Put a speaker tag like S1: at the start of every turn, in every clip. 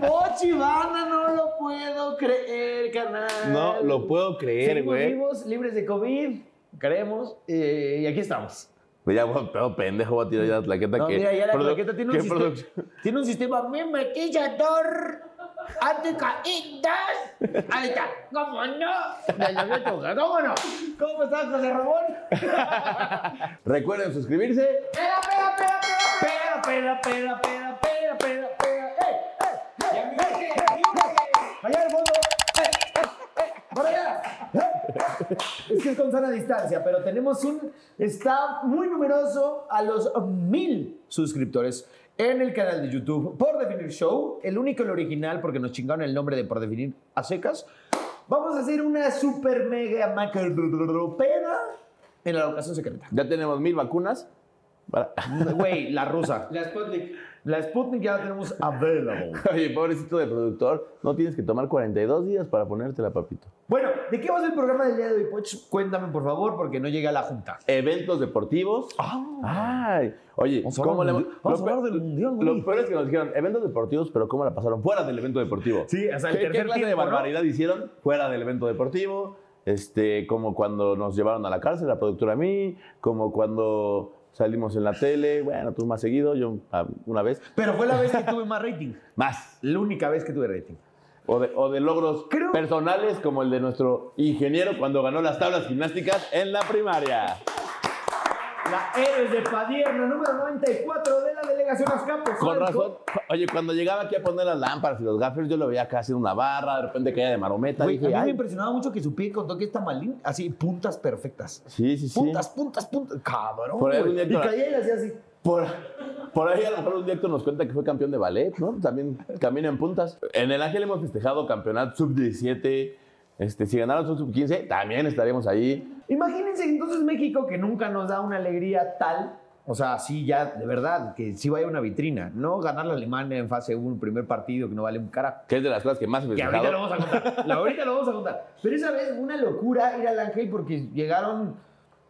S1: Pochi, banda, no lo puedo creer, carnal.
S2: No lo puedo creer,
S1: Seguimos
S2: güey.
S1: vivos, libres de COVID, creemos, eh, y aquí estamos.
S2: Ya, güey, pero pendejo, voy a tirar ya la plaqueta
S1: No,
S2: que.
S1: mira, ya la
S2: produ-
S1: plaqueta tiene un
S2: que
S1: sistema.
S2: produ-
S1: Tiene un sistema mimetizador. Hazte caídas. Ahí está. ¿Cómo no? Me lo meto, ¿Cómo no? ¿Cómo estás, José Ramón?
S2: Recuerden suscribirse.
S1: Pera, pera, pera, pera, pera, pera, pera, pera, pera, pera. ¡Eh, eh! ¡Ya me dije! ¡Allá al fondo! ¡Eh, eh, eh! ¡Por allá! ¡Eh! Es que es con sana distancia, pero tenemos un staff muy numeroso a los mil suscriptores en el canal de YouTube Por Definir Show, el único, el original, porque nos chingaron el nombre de Por Definir a secas. Vamos a hacer una super mega macro en la locación secreta.
S2: Ya tenemos mil vacunas. Para-
S1: Güey, la rusa.
S3: La Sputnik.
S1: La Sputnik ya la tenemos available.
S2: Oye, pobrecito de productor, no tienes que tomar 42 días para ponértela, papito.
S1: Bueno, ¿de qué va a ser el programa del día de hoy, Poch? Cuéntame, por favor, porque no llegué a la junta.
S2: Eventos deportivos. Ay, oye,
S1: Ah. Vamos a
S2: ¿cómo le
S1: hablar del mundi- vamos a
S2: pe-
S1: hablar del mundial, güey.
S2: Lo peor es que nos dijeron eventos deportivos, pero ¿cómo la pasaron fuera del evento deportivo?
S1: Sí, o sea, el
S2: ¿Qué, qué
S1: tercer
S2: clase de
S1: tiempo, ¿no?
S2: barbaridad hicieron fuera del evento deportivo? Este, como cuando nos llevaron a la cárcel, la productora a mí, como cuando salimos en la tele, bueno, tú más seguido, yo ah, una vez,
S1: Pero fue la vez que tuve más rating.
S2: más.
S1: La única vez que tuve rating.
S2: O de, o de logros
S1: Creo-
S2: personales como el de nuestro ingeniero cuando ganó las tablas gimnásticas en la primaria.
S1: La Héroes de Padierna, número 94 de la delegación Azcapotzalco.
S2: Con razón. Oye, cuando llegaba aquí a poner las lámparas y los gaffers, yo lo veía acá haciendo una barra, de repente caía de marometa.
S1: Güey,
S2: dije,
S1: a mí me
S2: "Ay".
S1: impresionaba mucho que su pie con toque malín, así, puntas perfectas.
S2: Sí, sí, sí.
S1: Puntas, puntas, puntas. Cabrón,
S2: Por ahí
S1: güey.
S2: un día
S1: Y
S2: que-
S1: caía y le hacía así.
S2: Por, por ahí a lo mejor un día Héctor nos cuenta que fue campeón de ballet, ¿no? También camina en puntas. En el Ángel hemos festejado campeonato sub-17. Este, si ganaron un sub-15, también estaremos ahí.
S1: Imagínense entonces México que nunca nos da una alegría tal, o sea, sí ya de verdad, que sí vaya a una vitrina, no ganar la Alemania en fase 1, primer partido que no vale un carajo.
S2: Que es Pues de las cosas que más he
S1: Que ahorita lo
S2: festejado.
S1: vamos a contar. La- ahorita lo vamos a contar. Pero esa vez una locura ir al Ángel porque llegaron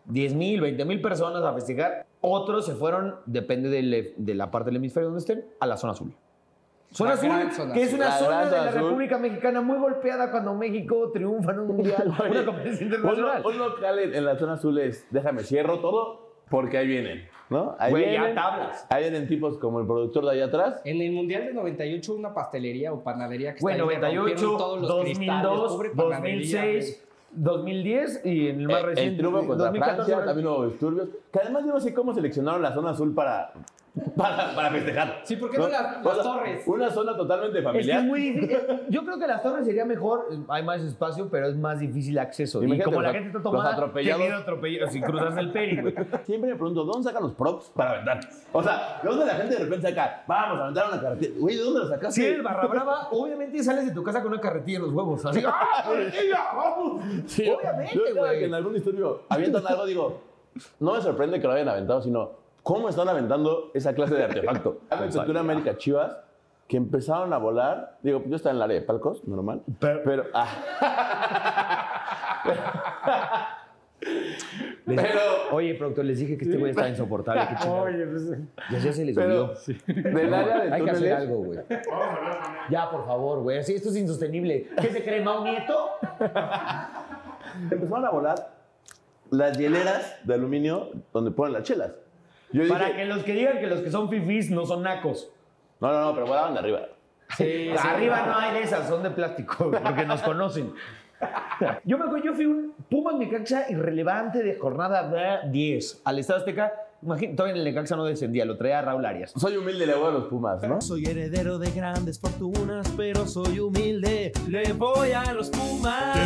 S1: 10 mil, 20 mil personas a festejar. Otros se fueron, depende del- e, de la parte del hemisferio donde estén, a la zona azul. Zona
S3: La
S1: azul,
S3: gran zona
S1: que es una
S2: azul. La
S1: zona de
S2: gran
S1: la
S2: zona azul.
S1: República Mexicana muy golpeada cuando México triunfa en un mundial, una competencia
S2: Un,
S1: internacional.
S2: un local en, en la zona azul es, déjame, cierro todo, porque ahí vienen, ¿no? Ahí
S1: Güey, ya
S2: vienen,
S1: tablas.
S2: ahí vienen tipos como el productor de allá atrás.
S3: En el Mundial de 98, una pastelería o panadería que
S1: Güey,
S3: está ahí, le
S1: 98,
S3: rompieron todos los cristales.
S1: 2002,
S3: Pobre panadería,
S1: 2006, 2010 y en el más
S2: Eh,
S1: reciente.
S2: el triunfo contra
S1: 2014,
S2: Francia, también hubo disturbios. Que además yo no sé cómo seleccionaron la zona azul para, para, para festejar.
S3: Sí, ¿por qué no las- las
S2: O sea,
S3: torres?
S2: Una zona totalmente
S1: Es que es
S2: familiar.
S1: muy difícil. Eh, Yo creo que las torres sería mejor, hay más espacio, pero es más difícil acceso. Y
S2: Imagínate
S1: como la
S2: los-
S1: gente está
S2: los
S1: tomada,
S2: atropellados.
S1: te atropellados sin cruzarse el peri, güey.
S2: Siempre me pregunto, ¿dónde sacan los props para aventar? O sea, ¿de dónde la gente de repente saca? Vamos a aventar una carretera. Güey, ¿de dónde la sacaste?
S1: Si eres barra brava, obviamente sales de tu casa con una carretilla en los huevos. Así, ¡ah, carretilla! ¡Vamos!
S2: Sí,
S1: Obviamente,
S2: yo recuerdo
S1: güey.
S2: que en algún estudio avientan algo, digo, no me sorprende que lo hayan aventado, sino cómo están aventando esa clase de artefacto. Había en Cultura América Chivas que empezaron a volar, digo, yo estaba en el área de palcos, normal,
S1: Pero-
S2: pero... ah. pero
S1: Oye, productor, les dije que este güey estaba insoportable. Qué chingado. Y así se les olvidó.
S2: pero del área de
S1: Hay que hacer
S2: túneles
S1: algo, güey. Ya, por favor, güey. Sí, esto es insostenible. ¿Qué se cree, Mau Nieto?
S2: empezaron a volar las hieleras de aluminio donde ponen las chelas. Yo
S1: Para
S2: dije,
S1: que los que digan que los que son fifís no son nacos.
S2: no, no, no, pero volaban de arriba.
S3: Sí, sí.
S1: Arriba no hay de esas, son de plástico, porque nos conocen. Yo me acuerdo, yo fui un Pumas Necaxa irrelevante de jornada 10 al Estado Azteca. Imagínate, todavía en el Necaxa no descendía, lo traía Raúl Arias.
S2: Soy humilde, le voy a los Pumas, ¿no?
S4: Soy heredero de grandes fortunas, pero soy humilde. Le voy a los Pumas.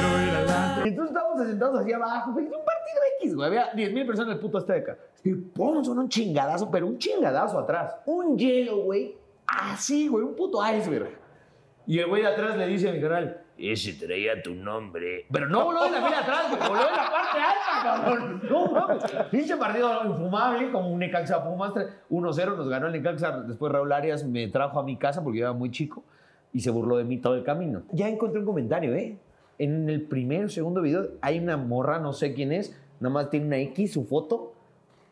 S1: Y Entonces estábamos sentados hacia abajo, güey, un partido X, güey. Había 10.000 personas en el puto Azteca. Y pum, son un chingadazo, pero un chingadazo atrás. Un hielo, güey, así, güey, un puto iceberg. Y el güey de atrás le dice a mi canal, ese traía tu nombre. Pero no voló de la fila atrás, güey, voló de la parte alta, cabrón. No, mames. Pinche partido infumable, como un Necaxa Pumas. 1-0 nos ganó el Necaxa. Después Raúl Arias me trajo a mi casa porque yo era muy chico y se burló de mí todo el camino. Ya encontré un comentario, ¿eh? En el primer o segundo video hay una morra, no sé quién es, nada más tiene una X, su foto.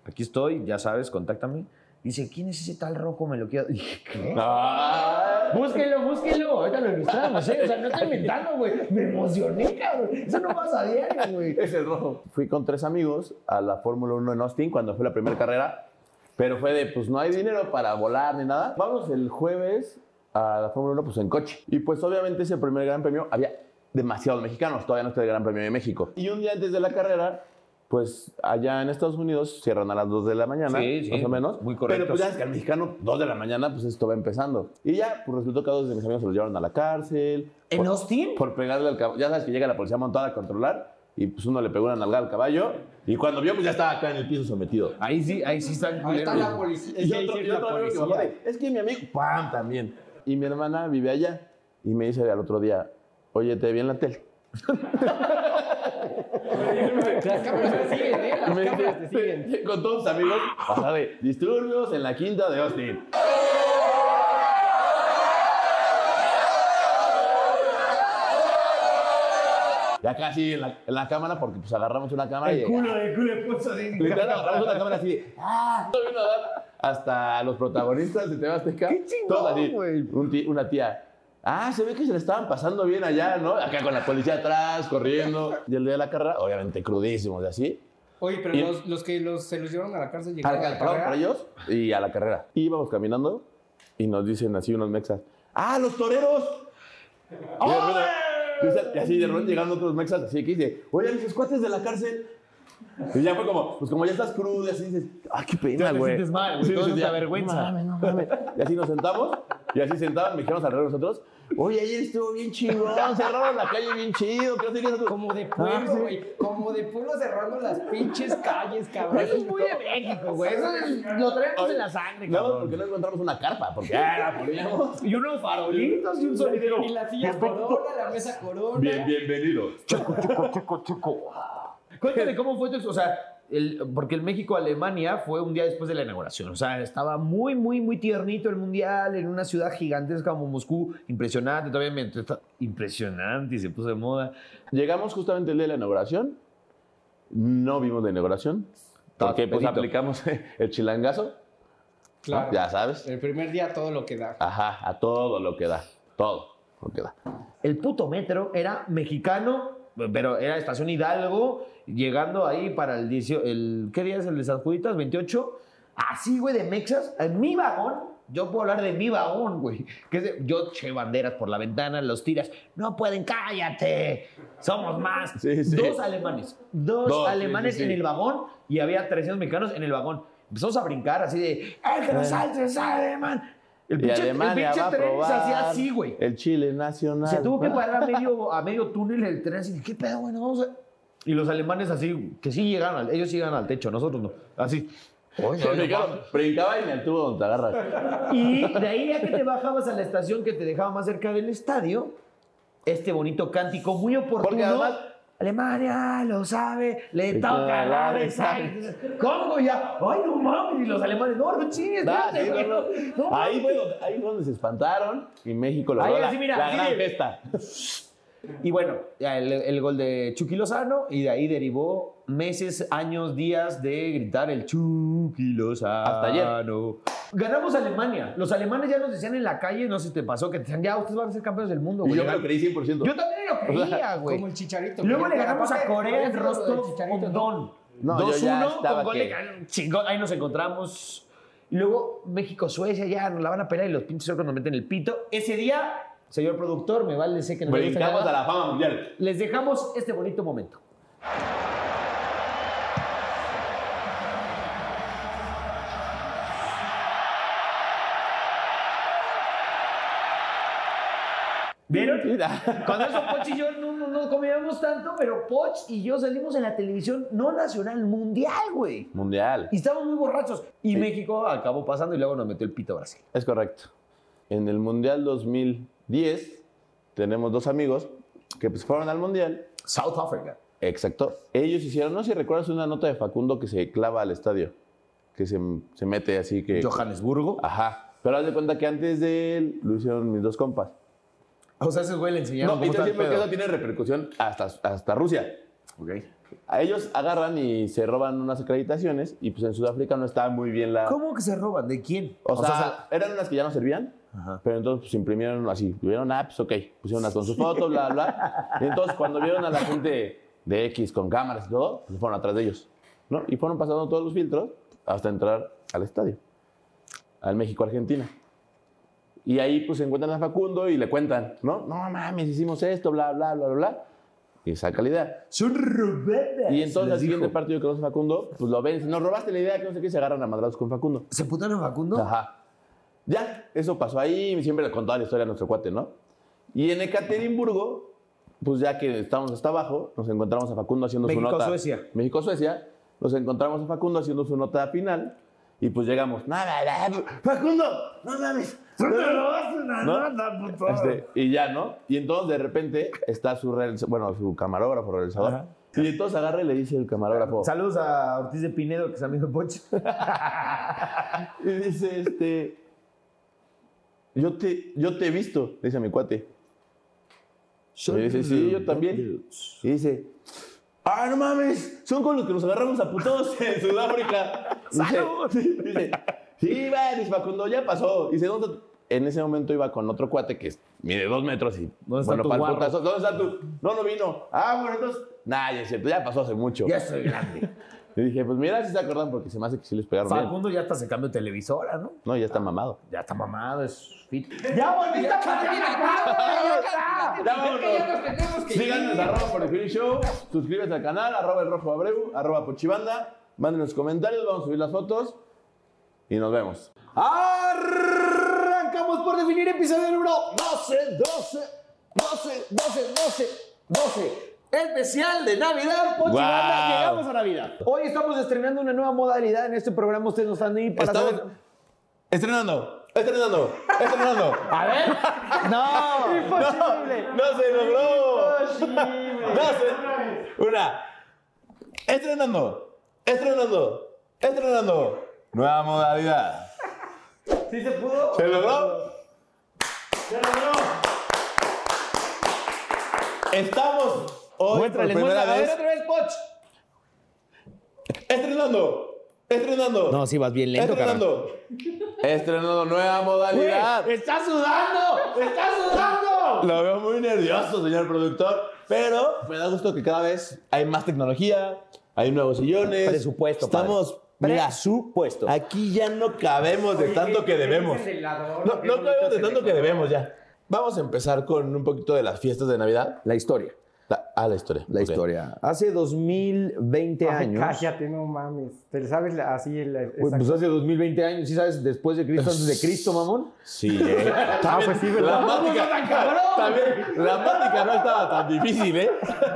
S1: Aquí estoy, ya sabes, contáctame. Dice, ¿quién es ese tal rojo? Me lo quiero. Dije, ¿qué?
S2: Ah.
S1: Búsquenlo, búsquenlo. Ahorita lo ilustramos, ¿eh? O sea, no estoy inventando, güey. Me emocioné, cabrón. Eso no pasa a diario, güey.
S2: Ese es rojo. Fui con tres amigos a la Fórmula 1 en Austin cuando fue la primera carrera, pero fue de, pues no hay dinero para volar ni nada. Vamos el jueves a la Fórmula 1 pues en coche. Y pues obviamente ese primer gran premio había demasiados mexicanos, todavía no está el gran premio de México. Y un día antes de la carrera, pues allá en Estados Unidos cierran a las 2 de la mañana,
S3: Sí, sí,
S2: más o menos.
S3: muy
S2: Pero pues
S3: correctos.
S2: ya es que al mexicano 2 de la mañana pues esto va empezando. Y ya pues resultó que a dos de mis amigos se los llevaron a la cárcel.
S1: ¿En
S2: Por-
S1: Austin?
S2: por pegarle al caballo. Ya sabes que llega la policía montada a controlar y pues uno le pegó una nalgada al caballo y cuando vio pues ya estaba acá en el piso sometido.
S1: Ahí sí, ahí sí están
S3: Ahí está
S1: culeros.
S3: la policía.
S2: Y otro, y otro amigo que bajó de, es que mi amigo, ¡pam! también. Y mi hermana vive allá y me dice al otro día, oye, te vi en la tele.
S3: Las cámaras te siguen, ¿eh?
S2: Y
S3: Las
S2: me
S3: cámaras te
S2: dice,
S3: siguen.
S2: "Sí, con todos sus amigos, pasada de disturbios en la quinta de Austin. Ya casi en la, en la cámara, porque pues agarramos una cámara y
S1: El culo, el culo de puso así.
S2: Literal, agarramos una cámara así de, ¡ah! Todo vino a dar hasta los protagonistas de Tema Azteca.
S1: ¡Qué chingón,
S2: todos así.
S1: güey!
S2: Un ti- una tía. Ah, se ve que se le estaban pasando bien allá, ¿no? Acá con la policía atrás, corriendo. Y el día de la carrera, obviamente crudísimos y así.
S3: Oye, pero
S2: Y-
S3: los, los que los, se los llevaron a la cárcel
S2: Al,
S3: llegaron a
S2: al-
S3: la
S2: perdón,
S3: carrera.
S2: para Ah, ellos y a la carrera. Íbamos caminando y nos dicen así unos mexas. ¡Ah, los toreros! Y de pronto- y así- Y así de pronto llegando otros mexas así que dice, oye, esos cuates de la cárcel. Y ya fue como, pues como ya estás crudo, y así dices, ah, qué
S1: Ya
S2: pena,
S1: te
S2: güey.
S1: sientes mal, güey.
S2: Sí,
S1: Todo
S2: sí,
S1: eso te
S2: ya.
S1: avergüenza.
S2: No mames, no mames. Y así nos sentamos, y así sentaban mexicanos alrededor de nosotros. Oye, ayer estuvo bien chingón, cerraron la calle bien chido, que no sé qué. nosotros,
S3: Como de
S2: Ah, sí.
S3: pueblo, güey. Como de pueblo cerrando las pinches calles, cabrón.
S1: Eso es muy de México, güey. Eso es- lo traemos en la sangre,
S2: No,
S1: cabrón.
S2: porque no encontramos una carpa, porque ah, la poníamos.
S1: Y unos farolitos y un sonidero.
S3: Y la silla corona, la mesa corona.
S2: bienvenido.
S1: Cuéntame cómo fue tu ex- o sea, el- porque el México-Alemania fue un día después de la inauguración, o sea, estaba muy, muy, muy tiernito el Mundial en una ciudad gigantesca como Moscú, impresionante, todavía me- está impresionante y se puso de moda.
S2: Llegamos justamente el día de la inauguración. No vimos la inauguración.
S1: Estaba
S2: Porque pues
S1: pedito.
S2: aplicamos el chilangazo.
S3: Claro.
S2: Ya sabes.
S3: El primer día todo lo que da.
S2: Ajá, a todo lo que da. Todo lo que da.
S1: El puto metro era mexicano, pero era estación Hidalgo, llegando ahí para el 18, el, ¿qué día es el de San Juditas? 28, así, güey, de Mexas, en mi vagón. Yo puedo hablar de mi vagón, güey. Que es de- yo eché banderas por la ventana, los tiras. No pueden, cállate. Somos más.
S2: Sí, sí.
S1: Dos alemanes. Dos,
S2: Dos, sí,
S1: alemanes
S2: sí, sí.
S1: en el vagón y había 300 mexicanos en el vagón. Empezamos a brincar así de, ¡eh, que nos alces, alemán! El
S2: Y
S1: pinche, el
S2: Alemania
S1: pinche
S2: va a
S1: tren se hacía
S2: probar
S1: así, güey.
S2: El Chile nacional.
S1: Se tuvo que parar a medio, a medio túnel el tren así, ¿qué pedo, güey? No vamos a-". Y los alemanes así, que sí llegaron, al- ellos sí llegan al techo, nosotros no. Así. Oye,
S2: El mexicano brincaba y me tuvo donde te agarras.
S1: Y de ahí ya que te bajabas a la estación que te dejaba más cerca del estadio, este bonito cántico muy oportuno.
S2: Porque además-
S1: Alemania lo sabe, le
S2: Le
S1: toca
S2: toca
S1: la
S2: la
S1: besar. ¿Cómo güey? ya? Ay, no mames, y los alemanes, no, no chingues,
S2: Da,
S1: espérate,
S2: sí,
S1: güey,
S2: no, no.
S1: no mames".
S2: Ahí fue donde, ahí fue donde se espantaron y México logró
S1: Ahí,
S2: la,
S1: así, mira,
S2: la
S1: así
S2: gran
S1: de-
S2: fiesta.
S1: Y bueno, ya el, el gol de Chucky Lozano y de ahí derivó meses, años, días de gritar el Chucky Lozano.
S2: Hasta ayer.
S1: Ganamos Alemania. Los alemanes ya nos decían en la calle, no sé si te pasó, que te decían, ya, ustedes van a ser campeones del mundo.
S2: Y
S1: güey.
S2: yo me lo creí 100%.
S1: Yo también lo creía, güey.
S3: Como el chicharito.
S1: Luego
S3: güey.
S1: le ganamos a
S3: Aparte,
S1: Corea en
S3: aparte lo del
S1: Rostov
S3: chicharito,
S1: con
S3: ¿no?
S1: Don.
S2: No, yo ya
S1: 2-1
S2: estaba
S1: con gol
S2: que-
S1: de Can- chingón. Ahí nos encontramos. Y luego México-Suecia, ya nos la van a pelear y los pinches orcos nos meten el pito. Ese día, señor productor, me vale, sé que no le gusta
S2: brincamos
S1: nada.
S2: a la fama mundial.
S1: Les dejamos este bonito momento. ¿Vieron?
S2: Mira.
S1: Cuando eso Poch y yo no, no, no comíamos tanto, pero Poch y yo salimos en la televisión no nacional, mundial, güey.
S2: Mundial.
S1: Y estábamos muy borrachos. Y México acabó pasando y luego nos metió el pito a Brasil.
S2: Es correcto. En el Mundial 2010 tenemos dos amigos que pues fueron al Mundial.
S1: South Africa.
S2: Exacto. Ellos hicieron, no sé si recuerdas una nota de Facundo que se clava al estadio, que se, se mete así que...
S1: Johannesburgo.
S2: Ajá. Pero haz de cuenta que antes de él lo hicieron mis dos compas.
S1: O sea, ese güey le enseñaron
S2: No, y
S1: cómo
S2: yo
S1: está el
S2: siento que
S1: pedo.
S2: eso tiene repercusión hasta, hasta Rusia.
S1: Ok.
S2: A ellos agarran y se roban unas acreditaciones y pues en Sudáfrica no está muy bien la...
S1: ¿Cómo que se roban? ¿De quién?
S2: O sea, eran unas que ya no servían Pero entonces pues, imprimieron así, tuvieron apps, ok, pusieron las con su foto, bla, bla. Y entonces cuando vieron a la gente de X con cámaras y todo, pues fueron atrás de ellos, ¿no? Y fueron pasando todos los filtros hasta entrar al estadio, al México-Argentina. Y ahí pues se encuentran a Facundo y le cuentan, ¿no? No mames, hicimos esto, bla, bla, bla, bla, bla. Y saca la idea.
S4: Son robadas.
S2: Y entonces
S4: les
S2: al siguiente
S4: dijo.
S2: partido que conoce Facundo, pues lo ven, y dicen, nos robaste la idea, que no sé qué, y se agarran a madrados con Facundo.
S4: ¿Se putaron a Facundo?
S2: Ajá. Ya, eso pasó ahí, y siempre le contaba la historia a nuestro cuate, ¿no? Y en Ecaterinburgo, pues ya que estábamos hasta abajo, nos encontramos a Facundo haciendo su nota.
S4: México-Suecia.
S2: México-Suecia. Nos encontramos a Facundo haciendo su nota final y pues llegamos. "Nada, nada, ¡Facundo! ¡No mames!
S4: Tú te robaste una
S2: ¿No?
S4: nota, puto.
S2: Este, y ya, ¿no? Y entonces de repente está su, realiza- bueno, su camarógrafo, realizador.
S4: Ajá.
S2: Y entonces agarra y le dice el camarógrafo.
S4: Saludos a Ortiz de Pinedo, que es amigo de Poch.
S2: Y dice, este. Yo te, yo te he visto, dice mi cuate. Y dice, sí, yo también. Y dice, ¡ah, no mames! Son con los que nos agarramos a putados en Sudáfrica. Dice,
S4: ¡Salud!
S2: Dice, sí, va, dice Facundo, ya pasó. Dice, ¿dónde? En ese momento iba con otro cuate que es- mide dos metros y.
S4: ¿Dónde está tu
S2: pa'l
S4: guarro?
S2: putazo, ¿Dónde está tú? No, no vino. Ah, bueno, entonces. Nah, ya es cierto, ya pasó hace mucho.
S4: Ya soy grande.
S2: Y dije, pues mira si se acuerdan porque se me hace que sí les pegaron bien.
S4: Facundo ya hasta se cambió de televisora, ¿no?
S2: No, ya está mamado.
S4: Ya está mamado, es fit. ¡Ya volviste a cambiar la
S2: Ya vámonos.
S5: Ya nos tenemos que ir.
S2: Síganos arroba por el Free Show, suscríbete al canal, arroba el rojo abreu, arroba pochibanda, mándenos comentarios, vamos a subir las fotos y nos vemos.
S4: Arrancamos por definir episodio número 12, 12, 12, 12, 12, 12. Especial de Navidad, Pochi
S2: Guau.
S4: Banda, llegamos a Navidad. Hoy estamos estrenando una nueva modalidad en este programa. Ustedes nos han ido para
S2: Estamos
S4: saber-
S2: estrenando, estrenando, estrenando.
S4: A ver. No. Imposible.
S2: No se logró.
S4: Imposible.
S2: No se... Una. Estrenando, estrenando, estrenando. Nueva modalidad.
S4: ¿Sí se pudo?
S2: ¿Se logró? Estamos hoy
S4: Muéstrales,
S2: por primera
S4: muéstrales. A ver,
S2: vez
S4: otra vez, Poch.
S2: estrenando, estrenando,
S1: No, sí vas bien lento, carnal.
S2: estrenando, estrenando nueva modalidad.
S4: Güey, ¡Está sudando! ¡Está sudando!
S2: Lo veo muy nervioso, señor productor, pero me da gusto que cada vez hay más tecnología, hay nuevos sillones.
S1: Presupuesto, padre.
S2: eh, Estamos mira,
S1: Presupuesto.
S2: Aquí ya no cabemos de tanto que debemos.
S5: Este Es el helador,
S2: No,
S5: qué
S2: no
S5: bonito
S2: cabemos de
S5: se
S2: tanto
S5: ve.
S2: que debemos ya. Vamos a empezar con un poquito de las fiestas de Navidad.
S1: La historia.
S2: La- ah, la historia.
S1: La
S2: ok.
S1: historia. Hace 2020
S5: Ay,
S1: años.
S5: Cállate, no mames. Te sabes la- así el.
S1: Güey,
S5: exacto.
S1: pues hace 2020 años, ¿sí sabes? Después de Cristo, antes de Cristo, mamón.
S2: Sí, eh.
S1: Ah,
S2: También
S5: pues sí, ¿verdad?
S2: La mática, también, la mática no estaba tan difícil, ¿eh?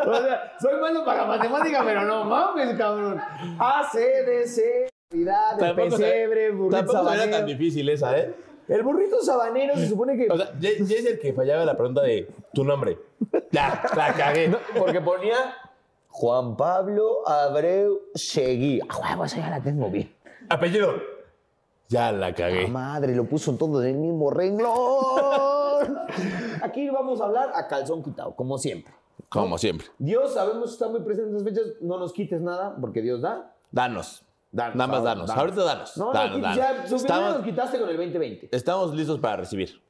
S4: O sea, soy malo para matemática, pero no mames, cabrón. A, C, D, C, Navidad, el
S2: Tampoco se-
S4: pesebre, burrito
S2: Tampoco era tan
S4: sabanero.
S2: difícil esa, ¿eh?
S4: El burrito sabanero se supone que...
S2: O sea, ya, ya es el que fallaba la pregunta de tu nombre. Ya, la cagué.
S1: Porque ponía Juan Pablo Abreu Seguí. A huevo, esa ya la tengo bien.
S2: Apellido. Ya la
S1: ¡Ah,
S2: cagué.
S1: madre, lo puso todo en el mismo renglón. Aquí vamos a hablar a calzón quitado, como siempre.
S2: Como siempre.
S1: Dios, sabemos que está muy presente en estas fechas, no nos quites nada, porque Dios da.
S2: Danos.
S1: Danos,
S2: Nada más
S1: ahora,
S2: danos. Ahorita danos.
S1: No,
S2: Danos,
S1: no,
S2: danos.
S1: quites, ya, suficiente nos
S2: Estamos,
S1: quitaste con el 2020.
S2: estamos listos para recibir.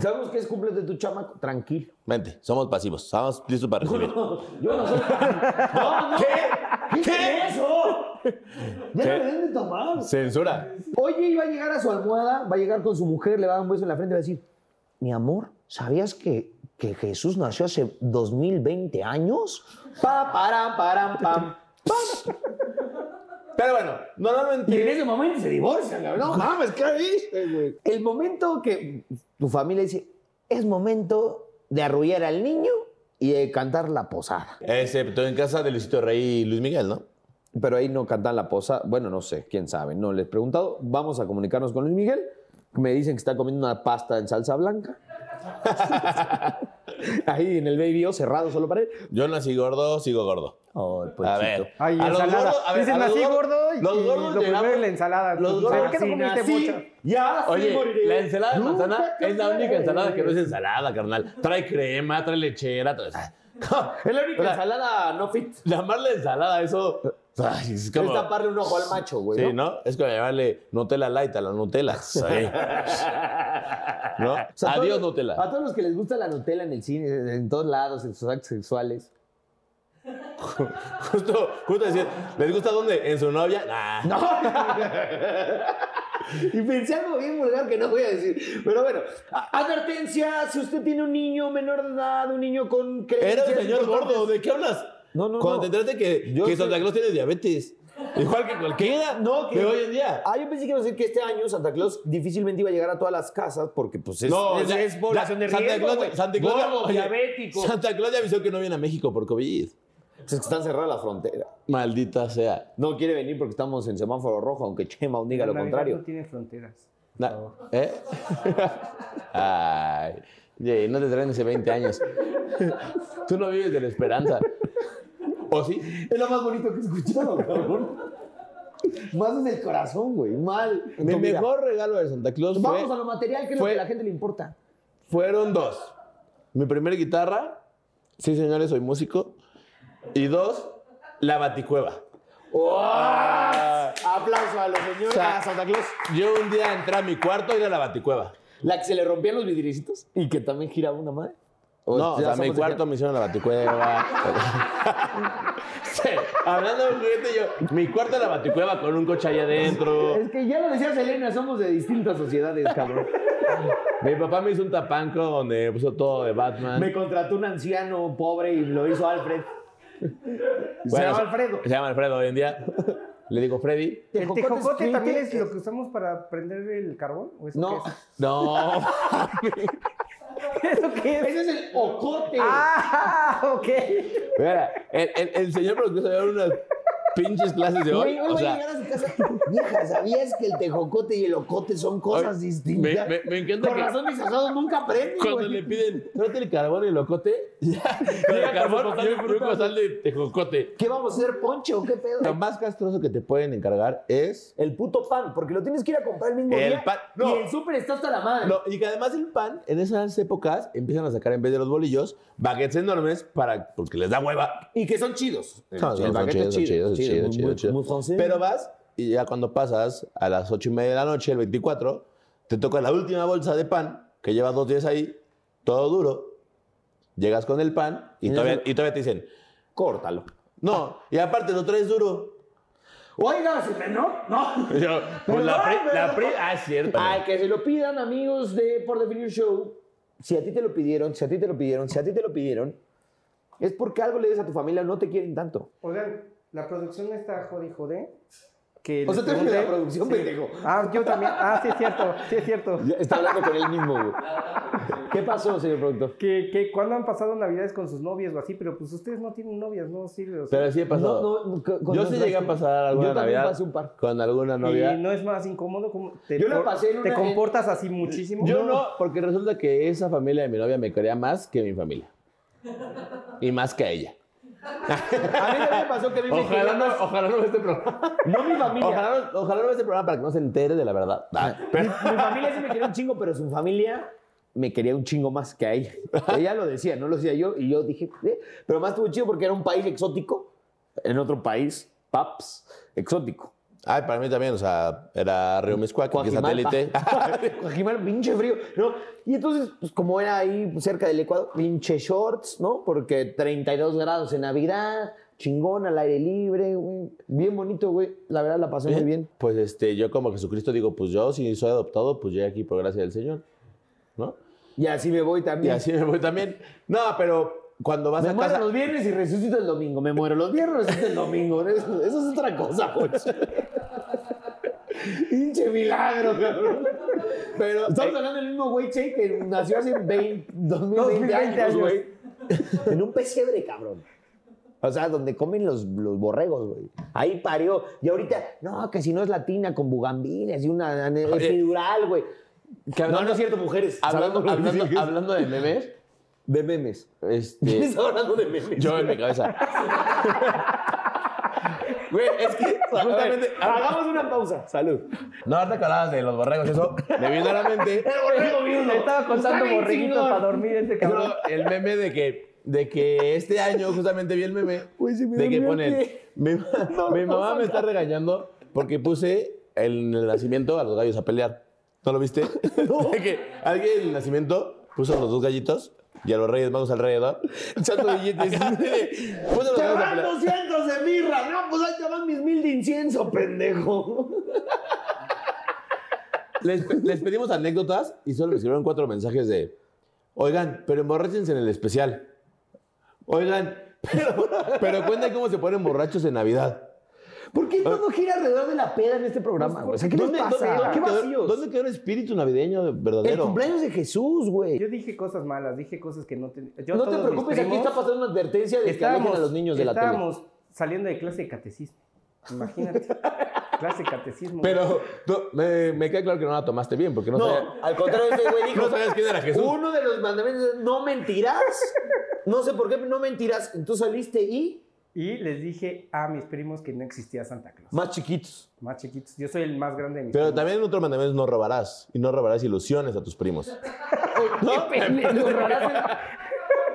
S1: Sabemos que es cumple de tu chamaco, tranquilo.
S2: Vente, somos pasivos. Estamos listos para recibir.
S1: Yo no soy... No, no. ¿Qué? es eso?
S4: ya
S2: ¿qué?
S4: no le den de tomar.
S2: Censura.
S4: Oye, iba a llegar a su almohada, va a llegar con su mujer, le va a dar un beso en la frente y va a decir...
S1: Mi amor, ¿sabías que, que Jesús nació hace 2020 años?
S4: Pa, param, param, pam.
S2: Pero bueno,
S4: Y
S2: normalmente.
S4: en ese momento se divorcian, cabrón.
S2: No mames, ¿qué viste, güey?
S1: El momento que tu familia dice, es momento de arrullar al niño y de cantar la posada.
S2: Excepto en casa de Luisito Rey y Luis Miguel, ¿no?
S1: Pero ahí no cantan la posada. Bueno, no sé, quién sabe. No les he preguntado. Vamos a comunicarnos con Luis Miguel. Me dicen que está comiendo una pasta en salsa blanca. ahí en el baby O, cerrado solo para él.
S2: Yo nací gordo, sigo gordo.
S1: Oh, el
S2: a
S1: puechito.
S2: ver.
S5: Ay,
S2: a
S5: ensalada. Dicen
S2: los
S5: así
S2: gordos-
S5: gordo y,
S2: los gordos
S5: lo primero
S2: llegamos-
S5: es la ensalada.
S2: los
S5: Pues,
S2: gordos
S5: ¿Por qué no comiste
S4: nací.
S5: mucha?
S4: Ya,
S1: Ah,
S4: sí
S2: Oye,
S4: moriré.
S2: la ensalada de
S4: Nunca
S2: manzana es la única
S4: cambiaré.
S2: ensalada que no es ensalada, carnal. Trae crema, trae lechera, trae...
S4: Es la única
S2: O sea,
S4: ensalada no fit.
S2: Llamarle ensalada, eso... Ay, es como...
S1: Es taparle un ojo al macho, güey.
S2: Sí,
S1: ¿no?
S2: ¿no? Es como llamarle Nutella Light a la Nutella. Sí.
S1: ¿no? O sea,
S2: Adiós,
S1: todos-
S2: Nutella.
S1: A todos los que les gusta la Nutella en el cine, en todos lados, en sus actos sexuales.
S2: Ah, Justo, justo decir, ¿les gusta dónde? ¿En su novia? Nah.
S1: No,
S4: Y pensé algo bien vulgar que no voy a decir. Pero bueno, a- advertencia, si usted tiene un niño menor de edad, un niño con
S2: Era
S4: creencias...
S2: un señor gordo, ¿de qué hablas?
S1: No, no,
S2: Cuando
S1: no.
S2: te enteraste que,
S1: Yo
S2: que
S1: sé-
S2: Santa Claus tiene diabetes. Igual que cualquiera
S1: No, que-
S2: de hoy en día.
S1: Ah, yo pensé que iba a decir que este año Santa Claus difícilmente iba a llegar a todas las casas porque pues es...
S2: No,
S4: es-
S2: ya-
S4: es población
S2: ya-
S4: de
S2: Santa
S4: riesgo,
S2: Claus,
S4: güey.
S2: Santa Claus ya-
S4: Gordo,
S2: oye,
S4: diabético.
S2: Santa Claus ya avisó que no viene a México por COVID.
S1: pues, es que están cerradas la frontera.
S2: Maldita sea.
S1: No quiere venir porque estamos en semáforo rojo, aunque Chema diga lo
S5: Navidad
S1: contrario.
S5: No tiene fronteras.
S2: Na- ¿Eh? Ay, Jay, no te traen hace 20 años. Tú no vives de la esperanza. ¿O sí?
S4: Es lo más bonito que he escuchado, cabrón. Más desde el corazón, güey. Mal.
S2: Mi
S1: Comida.
S2: mejor regalo de Santa Claus fue...
S4: Vamos a lo material, que es
S2: fue-
S4: lo que a la gente le importa.
S2: Fueron dos. Mi primera guitarra, sí señores, soy músico. Y dos, la baticueva. Ah,
S1: Aplauso a los señores.
S2: Sa-
S1: a Santa Claus.
S2: yo un día entré a mi cuarto y era la baticueva.
S1: La que se le rompían los vidriecitos y que también giraba una madre.
S2: no, o sea, mi cuarto me hicieron la baticueva. Sí, hablando de un juguete, yo, mi cuarto era la baticueva con un coche ahí adentro.
S4: Es que ya lo decía Selena, somos de distintas sociedades, cabrón.
S2: Mi papá me hizo un tapanco donde puso todo de Batman.
S4: Me contrató un anciano pobre y lo hizo Alfred. se
S2: Bueno,
S4: llama Alfredo.
S2: Se llama Alfredo hoy en día. Le digo, Freddy.
S5: ¿El
S4: tejocote es
S5: tejocote
S4: flinte.
S5: también es lo que usamos para prender el carbón? ¿O eso
S1: No,
S5: qué es?
S2: No.
S5: ¿Eso qué es?
S4: Ese es el ocote.
S5: ¡Ah! Ok.
S2: Mira, el, el, el señor productor se dio unas pinches clases de hoy.
S4: Güey, hoy
S2: o
S4: va
S2: sea,
S4: a llegar a su casa. Vieja, ¿sabías que el tejocote y el ocote son cosas
S2: hoy-
S4: distintas?
S2: Me, me- me encanta
S4: Con
S2: que
S4: razón mis asados nunca aprenden,
S2: cuando
S4: güey.
S2: le piden, no tiene carbón y locote. Ya, con el carbón y un costal de tejocote.
S4: ¿Qué vamos a hacer, poncho? ¿Qué pedo?
S2: Lo más castroso que te pueden encargar es.
S4: El puto pan, porque lo tienes que ir a comprar el mismo
S2: El
S4: día.
S2: pan- no.
S4: Y el súper está hasta la madre.
S2: No, y que además el pan, en esas épocas, empiezan a sacar en vez de los bolillos, baguettes enormes para, porque les da hueva.
S4: Y que son chidos.
S2: No, son- son
S1: baguette es
S2: chidos, son
S1: chido,
S2: chidos,
S1: chido,
S2: son chidos,
S1: muy-
S2: chidos,
S1: muy-
S2: chidos.
S1: muy francés.
S2: Pero vas y ya cuando pasas a las ocho y media de la noche, el 24, te toca la última bolsa de pan, que llevas dos días ahí, todo duro. Llegas con el pan y,
S1: Y ya
S2: todavía,
S1: se-
S2: y todavía te dicen,
S1: córtalo.
S2: no, y aparte lo traes duro.
S4: Oiga, si me no, no.
S2: Y yo, pues la pri, la pri, ah, es cierto.
S1: Ay, que se lo pidan, amigos de Por Definir Show. Si a ti te lo pidieron, si a ti te lo pidieron, si a ti te lo pidieron, es porque algo le des a tu familia, no te quieren tanto.
S5: Oigan, la producción está jode y jode. Que
S1: O
S5: les
S1: sea, tú eres de
S5: pregunté-
S1: la producción, pendejo.
S5: Ah, yo también. Ah, sí es cierto, sí es cierto.
S1: Ya Está hablando con él mismo, güey. ¿Qué pasó, señor productor?
S5: Que, que cuando han pasado navidades con sus novias o así, pero pues ustedes no tienen novias, no sirve. o sea,
S2: Pero sí he pasado.
S1: No, no, con- con
S2: yo sí
S1: nuestras-
S2: llegué a pasar alguna
S1: Yo también
S2: Navidad
S1: pasé un par.
S2: con alguna novia.
S5: Y no es más incómodo. como te
S4: Yo la
S5: por-
S4: pasé en
S5: ¿Te
S4: una-
S5: comportas así muchísimo?
S2: Yo no, porque resulta que esa familia de mi novia me quería más que mi familia. Y más que a ella.
S4: A mí también me pasó que a mí me
S2: Ojalá
S4: querían
S2: no,
S4: más-
S2: ojalá no vea este programa.
S4: No mi familia.
S2: Ojalá no, ojalá no vea este programa para que no se entere de la verdad. Ah, pero-
S1: Mi familia sí me quería un chingo, pero su familia me quería un chingo más que a ella. Ella lo decía, no lo decía yo, y yo dije, "Eh". pero más estuvo chido porque era un país exótico, en otro país, paps, exótico.
S2: Ay, para mí también, o sea, era Río Miscuac, que es
S1: Coajimalpa.
S2: satélite.
S1: Coajimalpa, pinche frío, ¿no? Y entonces, pues como era ahí cerca del Ecuador, pinche shorts, ¿no? Porque 32 grados en Navidad, chingón al aire libre, güey. Bien bonito, güey. La verdad la pasé muy bien.
S2: Pues este, yo como Jesucristo digo, pues yo si soy adoptado, pues llegué aquí por gracia del Señor. ¿No?
S1: Y así me voy
S2: Y
S1: también.
S2: así me voy también. No, pero cuando vas
S1: Me
S2: a
S1: muero
S2: casa.
S1: los viernes y resucito el domingo. Me muero los viernes y resucito el domingo. Eso, eso es otra cosa, güey. Pinche milagro, cabrón.
S2: Pero,
S1: Estamos
S2: eh,
S1: hablando del mismo güey Che que nació hace 20, 2020
S5: 2020
S1: años,
S5: años.
S1: güey. En un pesebre, cabrón. O sea, donde comen los, los borregos, güey. Ahí parió. Y ahorita, no, que si no es latina, con bugambiles y una epidural, güey.
S2: que hablando-
S1: cierto, mujeres.
S2: hablando,
S1: Hablando-
S2: hablando-
S1: hablando-
S2: hablando de memes,
S1: De memes.
S2: este,
S1: Estás hablando de memes.
S2: yo en mi cabeza. Güey, es que justamente.
S1: Hagamos una pausa. Salud.
S2: No, ahorita que hablabas de los borregos, eso me vino a la mente.
S5: Le estaba contando borreguitos para dormir este
S2: No,
S5: cabrón.
S2: el meme de que, de que este año justamente vi el meme de que ponen, mi, ma- mi mamá me está regañando porque puse en el nacimiento a los gallos a pelear. ¿No lo viste? De que alguien en el nacimiento puso los dos gallitos y a los reyes magos alrededor echando billetes. Puso los
S1: ¡Te
S2: gallos a
S1: van
S2: pelear.
S1: 200 de mirra! No, pues ahí te van mis mil de incienso, pendejo.
S2: Les, pe- les pedimos anécdotas y solo me escribieron cuatro mensajes de, oigan, pero emborráchense en el especial. Oigan, pero, pero cuenten cómo se ponen borrachos en Navidad.
S1: ¿Por qué todo gira alrededor de la peda en este programa? güey? O sea, ¿qué les pasa? ¿Qué
S2: quedó-
S1: vacíos?
S2: Ah. dónde quedó el espíritu navideño
S1: El
S2: verdadero?
S1: cumpleaños de Jesús, güey.
S3: Yo dije cosas malas, dije cosas que no te. Yo a
S1: No te
S3: todos mis
S1: preocupes, aquí
S3: primos-
S1: está pasando una advertencia de que alejen a los niños de la tele.
S3: estábamos saliendo de clase de catecismo. Imagínate. clase de catecismo.
S2: Pero tú- me, me queda claro que no la tomaste bien, porque no,
S1: No,
S2: sabía-
S1: al contrario, este güey
S2: no
S1: dijo,
S2: sabías quién era Jesús.
S1: uno de los mandamientos es no mentirás. No sé por qué no mentirás. Tú saliste y
S3: Y les dije a mis primos que no existía Santa Claus.
S1: más chiquitos.
S3: Más chiquitos. Yo soy el más grande de mis
S2: Pero
S3: primos.
S2: también otro mandamiento es no robarás. Y no robarás ilusiones a tus primos.
S1: eh, ¿No? Honrarás,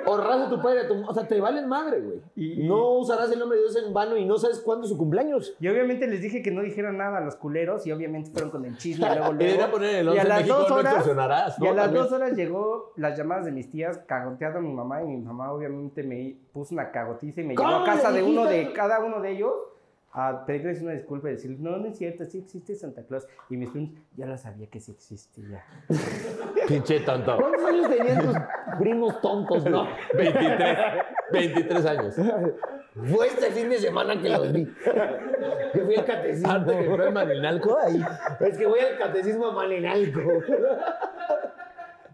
S1: honrarás a tu padre, a tu O sea, te valen madre, güey.
S3: Y-
S1: No usarás el nombre de Dios en vano y no sabes cuándo es su cumpleaños.
S3: Y obviamente les dije que no dijeran nada a los culeros y obviamente fueron con el chisme luego,
S2: Y
S3: luego.
S2: debería poner el
S3: Y a
S2: 11 en
S3: las
S2: México,
S3: dos
S2: no
S3: horas-
S2: extorsionarás,
S3: Y a
S2: ¿no?
S3: las
S2: También.
S3: dos horas llegó las llamadas de mis tías cagoteando a mi mamá y mi mamá obviamente me puso una cagotiza y me llevó
S1: ¿Cómo
S3: a casa
S1: le
S3: de uno
S1: dijiste?
S3: de cada uno de ellos a pedirles una disculpa y decirles, no, no es cierto, sí existe Santa Claus. Y mis primos, ya lo sabía que sí existía.
S2: Pinche tonto.
S1: ¿Cuántos años tenían tus primos tontos, no?
S2: 23. 23 años.
S1: Fue este fin de semana que los vi. Que fui al catecismo.
S2: Antes que fuera el Maninalco, ahí.
S1: Es que voy al catecismo a Malinalco.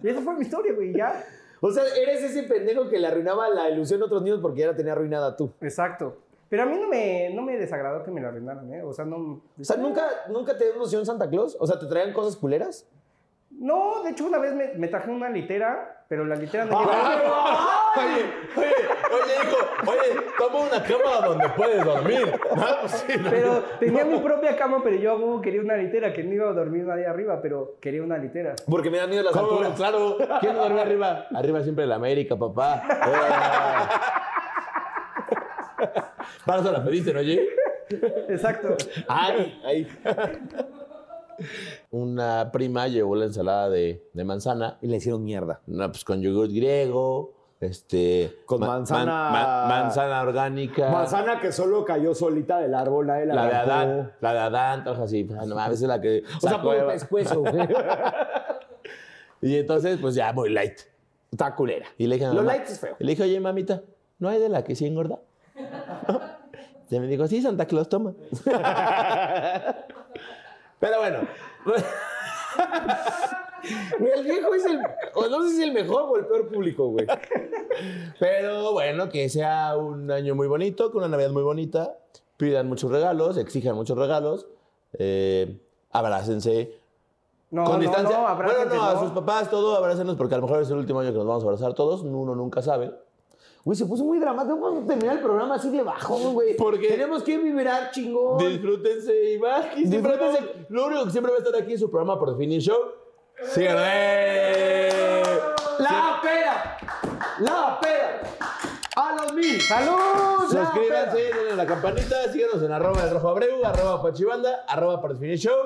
S3: Y esa fue mi historia, güey, ya.
S1: O sea, eres ese pendejo que le arruinaba la ilusión a otros niños porque ya la tenía arruinada tú.
S3: Exacto. Pero a mí no me, no me desagradó que me lo arruinaran, ¿eh? O sea, no...
S1: O sea, ¿nunca, nunca te dio emoción Santa Claus? O sea, ¿te traían cosas culeras?
S3: No, de hecho una vez me, me traje una litera, pero la litera no llevaba...
S2: Oye, oye, oye, hijo, oye, toma una cama donde puedes dormir. No, pues sí, no.
S3: Pero tenía mi propia cama, pero yo como quería una litera, que no iba a dormir nadie arriba, pero quería una litera.
S1: Porque me dan miedo las
S2: ¿Cómo?
S1: alturas.
S2: Claro. ¿Quién no duerme arriba? Arriba siempre el América, papá. Eh. Para eso la pediste, ¿no, Jay?
S3: Exacto.
S2: Ay, ay. Una prima llevó la ensalada de, de manzana.
S1: Y le hicieron mierda.
S2: No, pues con yogur griego, este...
S1: Con manzana-
S2: manzana orgánica.
S1: Manzana que solo cayó solita del árbol, la de
S2: La de Adán, la de Adán, trajo así, ah, no, a veces la que...
S1: O sea,
S2: sacó
S1: por
S2: Eva.
S1: pescuezo, güey.
S2: Y entonces, pues ya, muy light.
S1: Está culera.
S2: Y le dije a mi
S1: Lo
S2: mamá-
S1: light es feo.
S2: Y le dije, oye, mamita, ¿no hay de la que sí engorda? Se me dijo, sí, Santa Claus, toma. Pero bueno,
S1: Güey, El viejo es el. o no sé si el mejor o el peor público, güey.
S2: pero bueno, que sea un año muy bonito, con una Navidad muy bonita. Pidan muchos regalos, exijan muchos regalos. eh, abrácense.
S3: No,
S2: con
S3: no,
S2: distancia.
S3: no, abrácense,
S2: bueno, no,
S3: no.
S2: a sus papás, todo, abrácenos, porque a lo mejor es el último año que nos vamos a abrazar todos. Uno nunca sabe.
S1: Güey, se puso muy dramático. Vamos a terminar el programa así de bajón, güey.
S2: ¿Por qué?
S1: Tenemos que vibrar chingón.
S2: Disfrútense y va. y siempre
S1: Disfrútense.
S2: va- Lo único que siempre va a estar aquí en su programa por definir show. eh. Síganme.
S1: ¡La pera! ¡La pera! ¡A los mil! ¡Salud! ¡La
S2: Suscríbanse,
S1: pera!
S2: denle a la campanita, síganos en arroba el rojo abreu, arroba pachibanda, arroba por definir show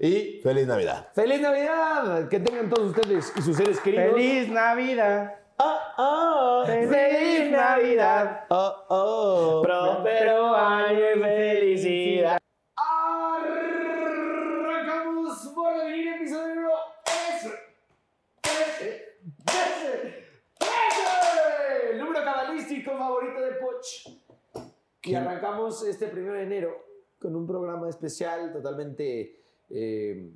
S2: y feliz Navidad.
S1: ¡Feliz Navidad! Que tengan todos ustedes y sus seres queridos.
S3: ¡Feliz Navidad!
S2: Ah, ah,
S3: ¡Feliz Navidad!
S2: ah, ah.
S1: ¡Próspero año y felicidad! ¡Arrancamos por definir episodio número 13! ¡13! ¡13! ¡13! El número cabalístico favorito de Poch. Y arrancamos este primero de enero con un programa especial totalmente, eh,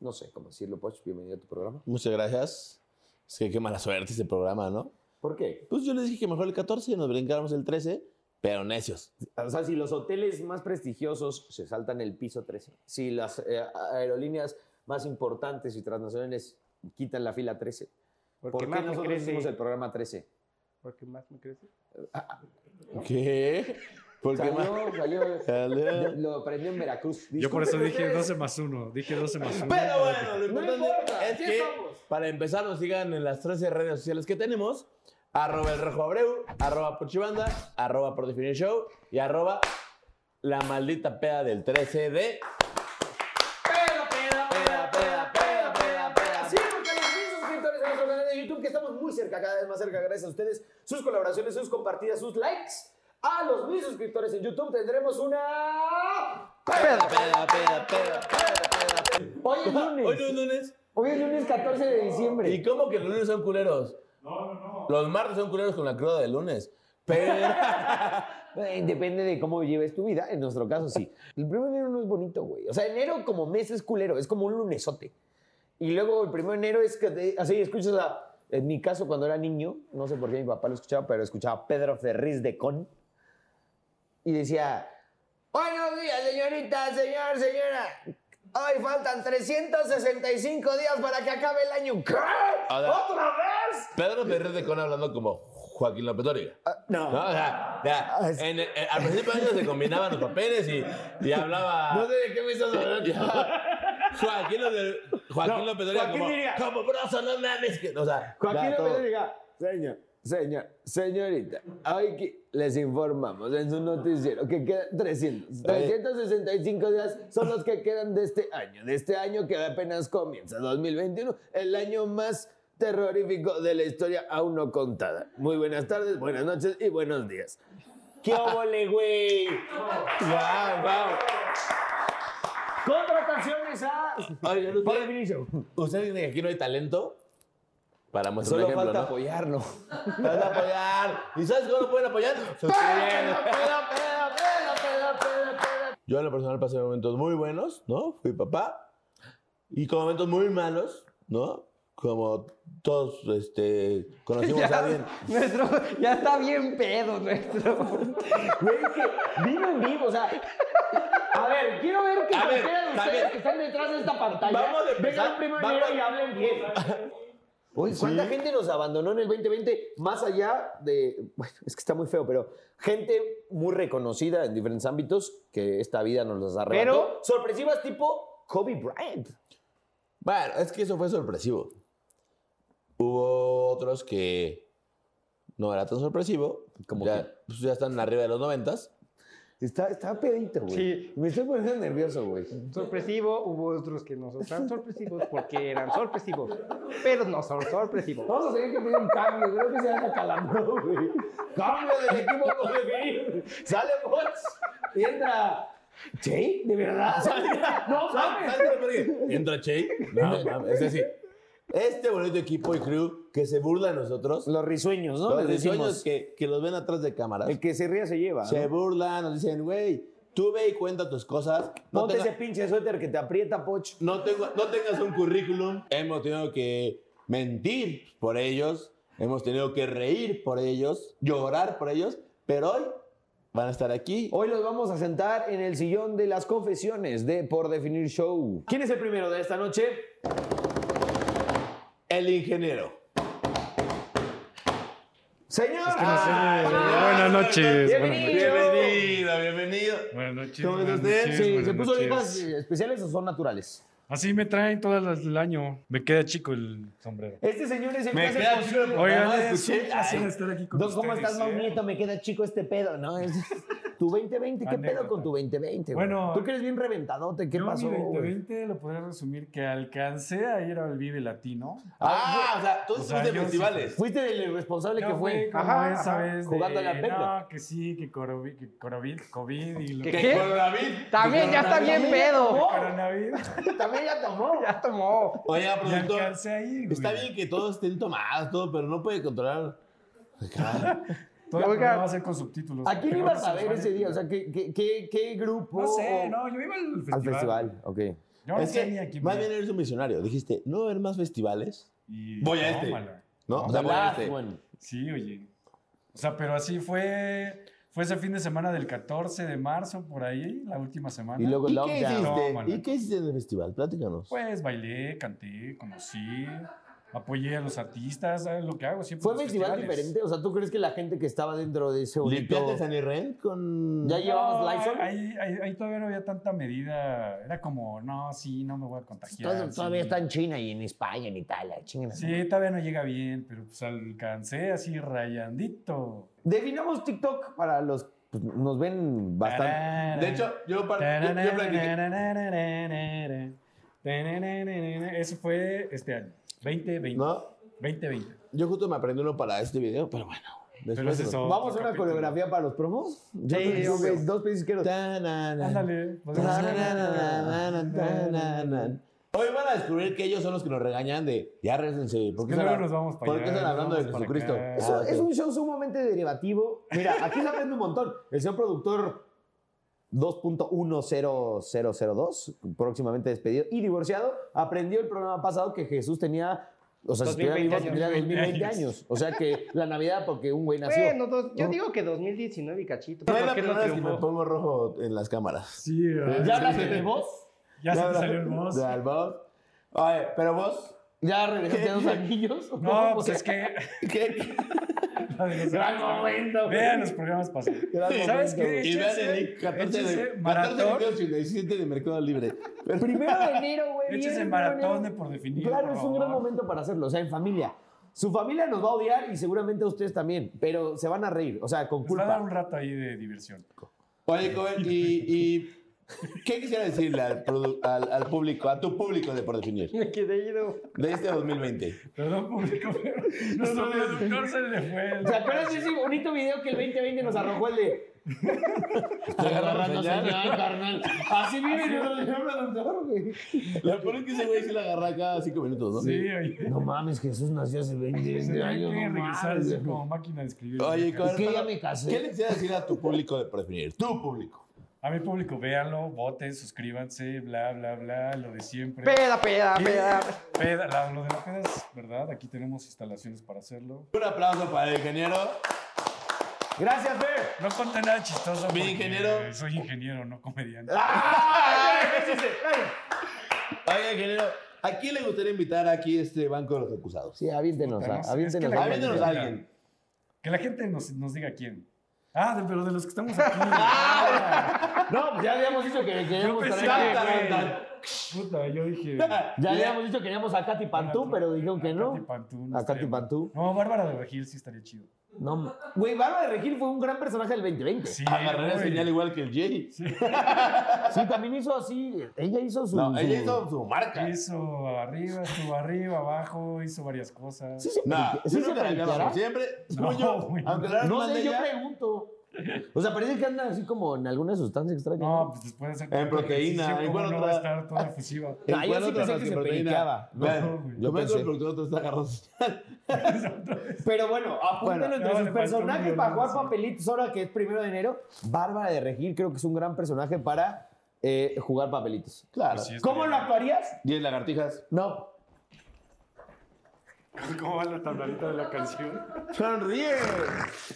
S1: no sé cómo decirlo, Poch, bienvenido a tu programa.
S2: Muchas gracias. Es que qué mala suerte este programa, ¿no?
S1: ¿Por qué?
S2: Pues yo les dije que mejor el 14 y nos brincáramos el 13, pero necios.
S1: O sea, si los hoteles más prestigiosos se saltan el piso 13, si las eh, aerolíneas más importantes y transnacionales quitan la fila 13, ¿por qué
S3: más me
S1: nosotros
S3: crece.
S1: hicimos el programa 13?
S3: Porque más me crece.
S2: ¿Qué? ¿Por qué más?
S1: Salió, salió.
S2: Salió.
S1: Lo aprendí en Veracruz.
S6: Yo por eso dije
S1: Disculpen
S6: 12 más 1. Dije 12 más 1.
S2: Pero bueno, lo
S1: No
S2: importante
S1: importa,
S2: es
S1: aquí
S2: que
S1: estamos.
S2: para empezar nos sigan en las 13 redes sociales que tenemos. Arroba el rojo abreu, arroba puchibanda, arroba por definir show y arroba la maldita peda del 13 de...
S1: ustedes. Peda, peda, peda, peda, peda, que estamos muy cerca, cada vez más cerca, gracias a ustedes, sus colaboraciones, sus compartidas, sus likes. A los mil suscriptores en YouTube tendremos una.
S2: Peda, peda, peda, peda,
S1: Hoy es
S2: peda. Hoy no
S1: lunes.
S2: es lunes.
S1: Hoy es lunes 14 de diciembre.
S2: ¿Y cómo que los lunes son culeros? No, no, no. Los martes son culeros con la cruda del lunes. Pero.
S1: Eh, Depende de cómo lleves tu vida. En nuestro caso, sí. El primero de enero no es bonito, güey. O sea, enero como mes es culero. Es como un lunesote. Y luego el primero de enero es que te- así escuchas a... En mi caso, cuando era niño, no sé por qué mi papá lo escuchaba, pero escuchaba a Pedro Ferriz de Con. Y decía, buenos días, señorita, señor, señora. Hoy faltan 365 días para que acabe el año. ¿Qué?
S2: Ahora-
S1: ¿Otra vez?
S2: Pedro Ferrer de Con hablando como Joaquín López Dóriga. no. O sea, o sea,
S1: Ah, es-
S2: en el- en- al principio de año se combinaban los papeles y, y hablaba. No sé de qué me estás hablando. Joaquín, López- Joaquín López Dóriga
S1: Joaquín
S2: como,
S1: diría-
S2: como brazo, no mames. que- O sea,
S1: Joaquín
S2: ya, todo.
S1: López diga, señor, señor, señorita, hoy que- les informamos en su noticiero que quedan 300, 365 días son los que quedan de este año, de este año que apenas comienza, 2021, el año más terrorífico de la historia aún no contada. Muy buenas tardes, buenas noches y buenos días.
S4: ¡Qué óvole, güey!
S2: Guau, guau.
S4: Contrataciones a...
S2: Oigan, ¿usted-
S4: Pablo Vinicio.
S2: ¿Ustedes dicen que aquí no hay talento? Para mostrar un
S1: Solo
S2: ejemplo,
S1: falta
S2: ¿no?
S1: apoyarlo.
S2: Falta apoyar. ¿Y sabes cómo lo pueden apoyar? Suscribiendo. Yo en lo personal pasé momentos muy buenos, ¿no? Fui papá. Y con momentos muy malos, ¿no? Como todos este, conocimos a alguien.
S1: Nuestro, ya está bien pedo nuestro. Güey, es que vino en vivo, o sea. A ver, quiero ver que
S2: A ver,
S1: cualquiera de
S2: a
S1: ustedes
S2: ver.
S1: que están detrás de esta pantalla
S2: Vamos a empezar,
S1: vengan primero
S2: vamos-
S1: enero y hablen bien. Uy, ¿cuánta gente nos abandonó en el 2020? Más allá de. Bueno, es que está muy feo, pero gente muy reconocida en diferentes ámbitos que esta vida nos las arrebató.
S4: Pero-
S1: sorpresivas tipo Kobe Bryant.
S2: Bueno, es que eso fue sorpresivo. Hubo otros que no era tan sorpresivo.
S1: ¿Cómo
S2: ya,
S1: qué?
S2: pues ya están arriba de los noventas.
S1: Está, está pedito, güey.
S7: Sí.
S1: Me estoy poniendo nervioso, güey.
S7: Sorpresivo, hubo otros que no son tan sorpresivos porque eran sorpresivos, pero no son sorpresivos.
S1: Vamos a tener que pedir un cambio. Creo que se van a calambró, güey. Cambio del equipo femenil. Sale Bots. y Entra. ¿Che? ¿De verdad? No,
S2: Ah,
S1: mames.
S2: ah, espera, espera. Entra Che. No, mames, es decir, este bonito equipo y crew que se burla de nosotros.
S1: Los risueños, ¿no?
S2: los
S1: Les decimos.
S2: risueños que, que los ven atrás de cámaras.
S1: El que se ría se lleva.
S2: Se
S1: ¿no?
S2: burlan, nos dicen, güey, tú ve y cuenta tus cosas. No,
S1: Ponte
S2: tenga-
S1: ese pinche suéter que te aprieta, Poch.
S2: no tengo- no tengas un currículum. Hemos tenido que mentir por ellos. Hemos tenido que reír por ellos, llorar por ellos. Pero hoy van a estar aquí.
S1: Hoy los vamos a sentar en el sillón de las confesiones de Por Definir Show. ¿Quién es el primero de esta noche?
S2: El ingeniero.
S1: ¡Señor!
S7: Buenas noches.
S1: Bienvenido.
S2: Bienvenido, bienvenido.
S7: Buenas noches.
S2: ¿Cómo está
S7: buenas
S2: usted?
S7: noches,
S1: Sí, ¿Se
S7: buenas
S1: puso
S7: noches.
S1: orejas especiales o son naturales?
S7: Así me traen todo el año. Me queda chico el sombrero.
S1: Este señor es el que hace
S2: queda
S1: posible-
S2: chido.
S7: Oigan,
S2: Ah,
S7: es
S2: escuché.
S7: un placer
S2: Ay.
S7: estar aquí con
S1: Don, ¿cómo
S7: ustedes,
S1: estás, Mau
S7: eh?
S1: Nieto? Me queda chico este pedo, ¿no? Es- tu 2020, ¿qué pedo
S7: Anécdota.
S1: con tu 2020? güey?
S7: Bueno,
S1: Tú que eres bien reventadote, ¿qué
S7: Yo
S1: pasó?
S7: mi
S1: güey?
S7: 2020 lo podría resumir que alcancé a ir al Vive Latino.
S2: Ah, o sea, todos
S7: O sea,
S2: fuiste
S7: yo sí.
S2: festivales.
S1: Fuiste del irresponsable
S7: Yo
S1: que fue.
S7: fui como
S4: Ajá,
S7: esa
S4: ajá.
S7: vez de,
S1: Jugando a la pega.
S7: No, que sí, que COVID, que COVID, COVID y lo
S2: Que
S7: que
S4: ¿Qué?
S2: Eh, con David.
S4: También ya está bien pedo.
S7: coronavirus.
S1: También ya tomó.
S4: Ya tomó.
S2: Oiga,
S7: Y
S2: productor.
S7: alcancé a ir, güey.
S2: Está bien que todos estén tomados, todo, pero no puede controlar. Claro.
S7: Todo el
S4: Oiga.
S7: programa va a ser con subtítulos.
S1: ¿A quién
S7: Pero
S1: ibas
S7: no
S1: a
S7: se
S1: ver
S7: vale.
S1: ese día? O sea, ¿qué, qué, qué, qué grupo?
S7: No sé,
S1: o-
S7: no, yo iba al festival.
S1: Al festival, ok.
S7: Yo no
S2: es
S7: sé
S2: que
S7: ni a quién
S2: más
S7: me-
S2: bien eres un misionario. Dijiste, no va a haber más festivales.
S7: y-
S2: Voy a
S7: no,
S2: este.
S7: mala.
S2: No, o sea, voy a este.
S7: Sí, oye. O sea, pero así fue. Fue ese fin de semana del 14 de marzo, por ahí, la última semana.
S1: Y luego
S2: ¿Y qué
S1: lockdown.
S2: hiciste?
S7: No, mala.
S2: ¿Y qué hiciste en el festival? Platícanos.
S7: Pues bailé, canté, conocí, apoyé a los artistas, ¿sabes lo que hago? Siempre
S1: ¿Fue
S7: en los
S1: festival
S7: festivales.
S1: diferente? O sea, ¿tú crees que la gente que estaba dentro de ese
S2: Pues, ¿Limpiaste
S1: bonito...
S2: San Irren con...?
S1: ¿Ya llevabas
S7: No,
S1: Lysol?
S7: Ahí, ahí- ahí todavía no había tanta medida. Era como, no, sí, no me voy a contagiar.
S1: Tod- Todavía
S7: sí.
S1: está en China y en España, en Italia. Chinguen a su
S7: Sí, todavía no llega bien, pero pues alcancé así rayandito.
S1: Definamos TikTok para los pues, nos ven bastante.
S2: De hecho, yo, par- yo, yo platiqué-
S7: Eso fue este año, 2020.
S2: ¿No?
S7: 2020.
S2: Yo justo me aprendí uno para este video, pero bueno.
S7: Pero ese es
S2: lo-
S7: otro
S1: ¿Vamos a una
S7: capítulo.
S1: coreografía para los promos? Yo
S5: Sí,
S1: creo que sí,
S5: obvio.
S1: güey, dos pies izquierdos.
S2: Ta-na-na.
S7: Ándale.
S2: Ta-na-na-na-na-na, ta-na-na. Hoy van a descubrir que ellos son los que nos regañan de ya regresense. ¿Por qué
S7: Es que
S2: están,
S7: luego nos vamos pa'
S2: ¿por qué
S7: allá,
S2: están
S7: nos
S2: hablando de
S7: vamos para
S2: Jesucristo?
S7: acá.
S1: Es,
S2: Ah,
S1: es
S2: ok.
S1: un show sumamente derivativo. Mira, aquí se aprende un montón. El señor productor 2.10002, próximamente despedido y divorciado, aprendió el programa pasado que Jesús tenía, o sea, si estuviera
S5: 2020
S1: vivo,
S5: años.
S1: tendría 2020 años. O sea que la Navidad porque un güey nació.
S5: Bueno, dos- yo digo que 2019 y cachito.
S2: No es
S5: ¿Por
S2: la
S5: qué no
S2: primera vez que me
S5: triunfó?
S2: pongo rojo en las cámaras.
S7: Sí, ¿verdad?
S2: ¿Ya hablaste de vos?
S7: Ya se te salió el voz.
S2: Del vos. Oye, pero vos,
S1: ¿Ya regresaste a los anillos?
S7: No, pues es que.
S2: ¿qué?
S7: la de los- Vean los programas pasados. ¿Sabes qué?
S2: Y vean
S7: Échense-
S2: el link 14
S7: échense
S2: de, 14 de
S7: maratón.
S2: video 87 de Mercado Libre. Pero-
S1: Primero de enero, güey. bien,
S7: Échese
S1: primero
S7: maratón
S1: enero.
S7: de por definir.
S1: Claro, es
S7: por
S1: un
S7: favor.
S1: gran momento para hacerlo, o sea, en familia. Su familia nos va a odiar y seguramente ustedes también, pero se van a reír, o sea, con
S7: Les va a dar
S1: culpa.
S7: un rato ahí de diversión.
S2: Oye, Coben, y, y ¿qué quisiera decirle al, produ- al, al público, a tu público de por definir,
S5: Me quedé ido.
S2: de este 2020?
S7: Perdón, público, pero nuestro productor se le fue.
S1: ¿Se acuerdan de ese bonito video que el 2020 nos arrojó el de...
S2: Estoy agarrando señal.
S1: carnal. Así viven
S2: Lo peor es que ese güey se la agarra cada cinco minutos, ¿no?
S7: Sí, oye.
S1: No mames, Jesús nació hace 20
S7: Tendría
S1: años.
S7: que
S1: no
S7: regresar
S1: mames.
S7: así como máquina de escribir.
S2: Oye,
S7: Nunca.
S2: Coben,
S1: Es que ya
S2: pero-
S1: me casé.
S2: ¿qué le quisiera decir a tu público de por definir? Tu público.
S7: A mi público, véanlo, voten, suscríbanse, bla, bla, bla, lo de siempre.
S5: Peda, peda, peda.
S7: Peda, la- lo de la peda es verdad, aquí tenemos instalaciones para hacerlo.
S2: Un aplauso para el ingeniero.
S1: Gracias, Fer.
S7: No conté nada chistoso.
S2: Mi
S7: porque
S2: ingeniero.
S7: Soy ingeniero, no comediante.
S2: Oye, ingeniero, ¿a quién le gustaría invitar aquí este banco de los acusados?
S1: Sí, aviéntenos,
S7: Puta, no sé,
S1: aviéntenos.
S7: es que la-
S2: Aviéntenos a alguien.
S7: Que la gente nos, nos diga quién. Ah, de- pero de los que estamos aquí. Ah,
S1: No, pues ya habíamos dicho que
S7: yo
S1: queríamos
S7: pensé
S1: traer...
S2: traer- Tan,
S7: que,
S2: tan,
S7: güey,
S2: tan.
S7: Puta, yo dije.
S1: Ya habíamos dicho que queríamos a Katy Pantú, pero dijeron que
S7: A Katy
S1: no.
S7: Pantú. no
S1: A Katy
S7: estaría-
S1: Pantú.
S7: No, Bárbara de Regil sí estaría chido.
S1: No, ma- güey, Bárbara de Regil fue un gran personaje del 2020. Sí,
S7: Sí,
S2: Agarraré la
S7: güey.
S2: señal igual que el Jay.
S1: también hizo así. Ella hizo su.
S2: No,
S1: su-
S2: ella hizo su marca.
S7: Hizo arriba, estuvo arriba, abajo, hizo varias cosas.
S1: Sí, se
S2: No,
S1: panique-
S2: yo
S1: sí
S2: creo
S1: se
S2: que la
S1: paniqueará.
S2: llamaron siempre.
S7: No,
S2: No, yo,
S7: güey.
S2: aunque la
S1: No
S2: hermana de
S1: sé, yo
S2: ella-
S1: pregunto. O sea, parece que anda así como en alguna sustancia extraña.
S7: No, pues después de hacer tanto
S2: proteína,
S7: ejercicio,
S2: ¿en
S7: ¿cómo
S2: cuál
S7: no
S2: otra?
S7: va a estar toda efusiva.
S1: No, yo
S2: ¿En cuál
S1: sí
S2: otra
S1: pensé que se
S2: proteína?
S1: periqueaba.
S7: No,
S2: Vean,
S7: güey.
S2: yo
S1: Yo
S2: pensé que el
S1: pensé.
S2: productor te está agarrando.
S1: Pero bueno, apúntenlo entre
S7: no, le
S1: sus
S7: faltó
S1: personajes
S7: un
S1: para
S7: violín,
S1: jugar
S7: sí.
S1: papelitos ahora que es primero de enero. Bárbara de Regil creo que es un gran personaje para eh, jugar papelitos.
S2: Claro.
S7: Pues sí,
S1: ¿Cómo lo actuarías?
S2: Diez lagartijas.
S1: No.
S7: ¿Cómo va la tablarita de la canción?
S2: ¡Sonríe!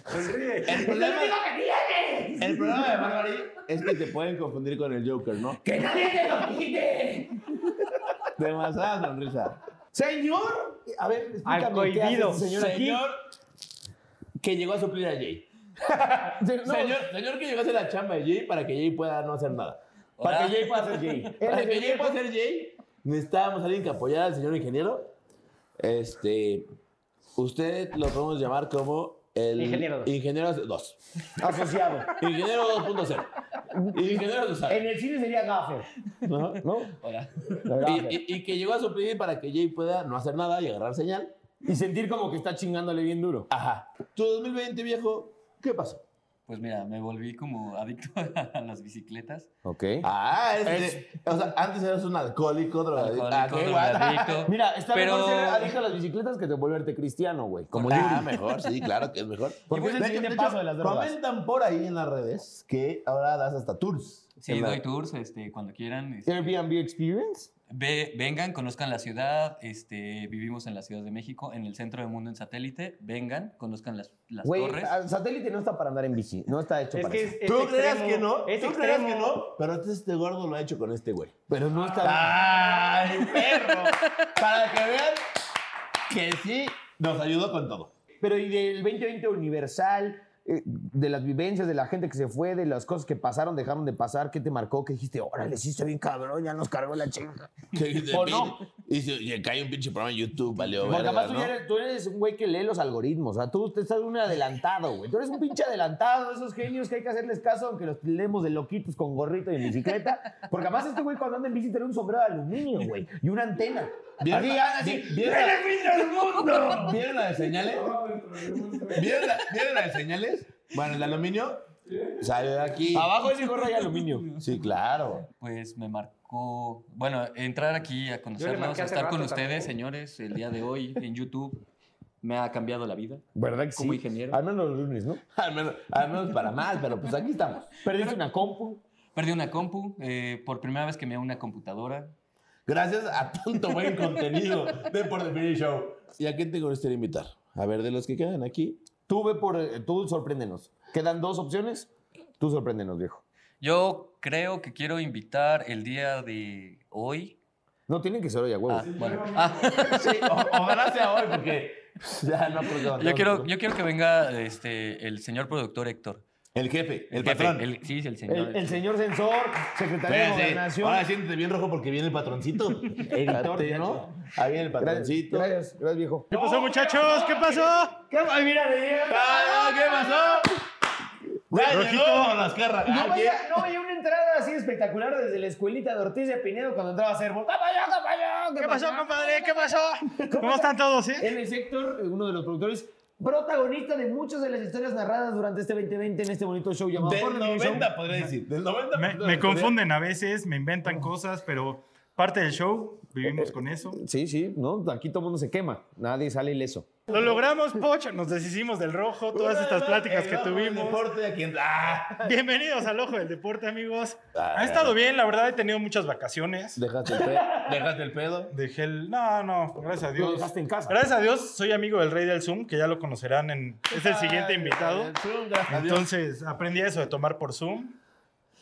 S7: Sonríe.
S2: El problema, el problema de Barbary es que te pueden confundir con el Joker, ¿no? ¡Que nadie te lo quite! Demasiada sonrisa.
S1: Señor, a ver, explícame ¿qué hace
S5: Alcohibido.
S1: ese señor aquí?
S2: Señor que llegó a suplir a Jay.
S1: No,
S2: Señor, señor que llegó a hacer la chamba de Jay para que Jay pueda no hacer nada.
S1: Para
S2: Ahora-
S1: que Jay pueda ser Jay.
S2: Para que Jay
S1: pues,
S2: pueda ser Jay, necesitábamos a alguien que apoyara al señor ingeniero. Este, usted lo podemos llamar como el
S5: Ingeniero dos.
S2: Ingeniero 2.
S1: Asociado.
S2: Ingeniero 2.0. Ingeniero 2.
S1: En el cine sería Gaffer.
S2: ¿No?
S1: ¿No?
S2: Y, y- y que llegó a suplir para que Jay pueda no hacer nada y agarrar señal.
S1: Y sentir como que está chingándole bien duro.
S2: Ajá. Tu 2020, viejo, ¿qué pasó?
S8: Pues mira, me volví como adicto a las bicicletas.
S1: Ok.
S2: Ah, es, de- o sea, antes eras un alcohólico, drogadicto. Ah,
S8: Alcohólico,
S2: qué guay.
S8: drogadicto.
S1: Mira, está
S8: Pero-
S1: mejor ser adicto a las bicicletas que de volverte cristiano, güey. Como yo.
S2: Ah, mejor, sí, claro que es mejor.
S1: Porque es el
S2: De hecho-
S1: siguiente
S2: de
S1: paso
S2: hecho,
S1: de las drogas.
S2: Comentan por ahí en las redes que ahora das hasta tours.
S8: Sí,
S2: En la-
S8: doy tours, este, cuando quieran. este,
S1: Airbnb Experience.
S8: ve- vengan, conozcan la ciudad. Este, vivimos en la Ciudad de México, en el centro del mundo en satélite. Vengan, conozcan las, las
S1: Güey,
S8: torres.
S1: ah, satélite no está para andar en bici. No está hecho
S5: Es
S1: para
S5: que
S1: eso.
S5: es, es
S2: ¿Tú creas
S5: extremo,
S2: que no?
S5: Es
S2: ¿Tú creas
S5: extremo.
S2: que no? Pero este, este gordo lo ha hecho con este güey.
S1: Pero no está...
S2: ¡Ay, perro! Para que vean que sí nos ayudó con todo.
S1: Pero y del 2020 universal, eh, de las vivencias, de la gente que se fue, de las cosas que pasaron, dejaron de pasar, ¿qué te marcó? ¿Qué dijiste? Órale, sí, estoy bien cabrón, ya nos cargó la chinga.
S2: Que-
S1: ¿O no?
S2: Y se, y cae un pinche programa en YouTube, valió
S1: Porque
S2: verga,
S1: además tú,
S2: ¿no?
S1: ya eres, tú eres un güey que lee los algoritmos. O sea, tú te estás un adelantado, güey. Tú eres un pinche adelantado, esos genios que hay que hacerles caso, aunque los leemos de loquitos con gorrito y en bicicleta. Porque además este güey cuando anda en bici tiene un sombrero de aluminio, güey. Y una antena.
S2: ¿Vieron,
S1: Así, anda así.
S2: vi- vieron la- ¿Vieron la de señales? ¿Vieron la, vieron la de señales? Bueno, el de aluminio salió de aquí.
S1: Abajo ese gorro hay aluminio.
S2: Sí, claro.
S8: Pues me marcó, bueno, entrar aquí a conocerlos,
S5: marqué
S8: a
S5: hace
S8: estar con
S5: rato
S8: ustedes,
S5: también.
S8: señores, el día de hoy en YouTube. Me ha cambiado la vida
S1: ¿Verdad que
S8: como ingeniero.
S2: Ah.
S1: Al menos los lunes, ¿no?
S2: Al menos, al menos para mal, pero pues aquí estamos.
S1: Perdiste una compu.
S8: Perdí una compu, eh, por primera vez quemé una computadora.
S2: Gracias a tanto buen contenido de Por Definir Show. ¿Y a quién te gustaría invitar? A ver, de los que quedan aquí.
S1: Tuve por. eh, Tú sorpréndenos. Quedan dos opciones. Tú sorpréndenos, viejo.
S8: Yo creo que quiero invitar el día de hoy.
S1: No tienen que ser hoy a huevo.
S8: Ah, bueno. Ah,
S2: Sí, o, o gracias hoy, porque ya no creo que
S8: yo, quiero, yo quiero que venga este, el señor productor Héctor.
S2: El jefe, el,
S8: jefe,
S2: patrón.
S8: el- sí, sí, el señor.
S1: el, el señor censor, secretario de
S2: Espérense,
S1: gobernación.
S2: Ahora siéntete bien rojo porque viene el patroncito.
S1: Editor,
S2: Espérate, ¿no? Ahí viene el patroncito.
S1: Gracias, gracias, viejo.
S9: ¿Qué pasó, muchachos? ¿Qué pasó?
S2: Ah, no, ¿Qué pasó? Ya
S9: Rojito.
S2: llegó las carras.
S4: No veía, no veía una entrada así espectacular desde la escuelita de Ortiz de Pinedo cuando entraba a hacer "Papayón, papayón,
S9: ¿Qué pasó,
S4: papayón".
S9: compadre? ¿Qué pasó? ¿Cómo están todos, eh?
S4: Él es Héctor, uno de los productores, protagonista de muchas de las historias narradas durante este 2020 en este bonito show llamado
S2: Del
S4: Por Definir Show.
S2: 90, podría decir. Del 90.
S9: Me, me confunden a veces, me inventan cosas, pero parte del show, vivimos con eso.
S1: Sí, sí, no, aquí todo el mundo se quema. Nadie sale ileso.
S9: Lo logramos, Pocho. Nos deshicimos del rojo, todas estas pláticas que
S2: El ojo del
S9: tuvimos.
S2: deporte, aquí en- ¡Ah!
S9: Bienvenidos al Ojo del Deporte, amigos. Ha estado bien, la verdad, he tenido muchas vacaciones.
S2: Dejaste el pedo. Dejaste el pedo.
S9: Dejé el... No, no, gracias a
S1: Lo
S9: Dios.
S1: dejaste en casa.
S9: Gracias a Dios, soy amigo del Rey del Zoom, que ya lo conocerán en... Es el siguiente invitado. Entonces, aprendí eso de tomar por Zoom.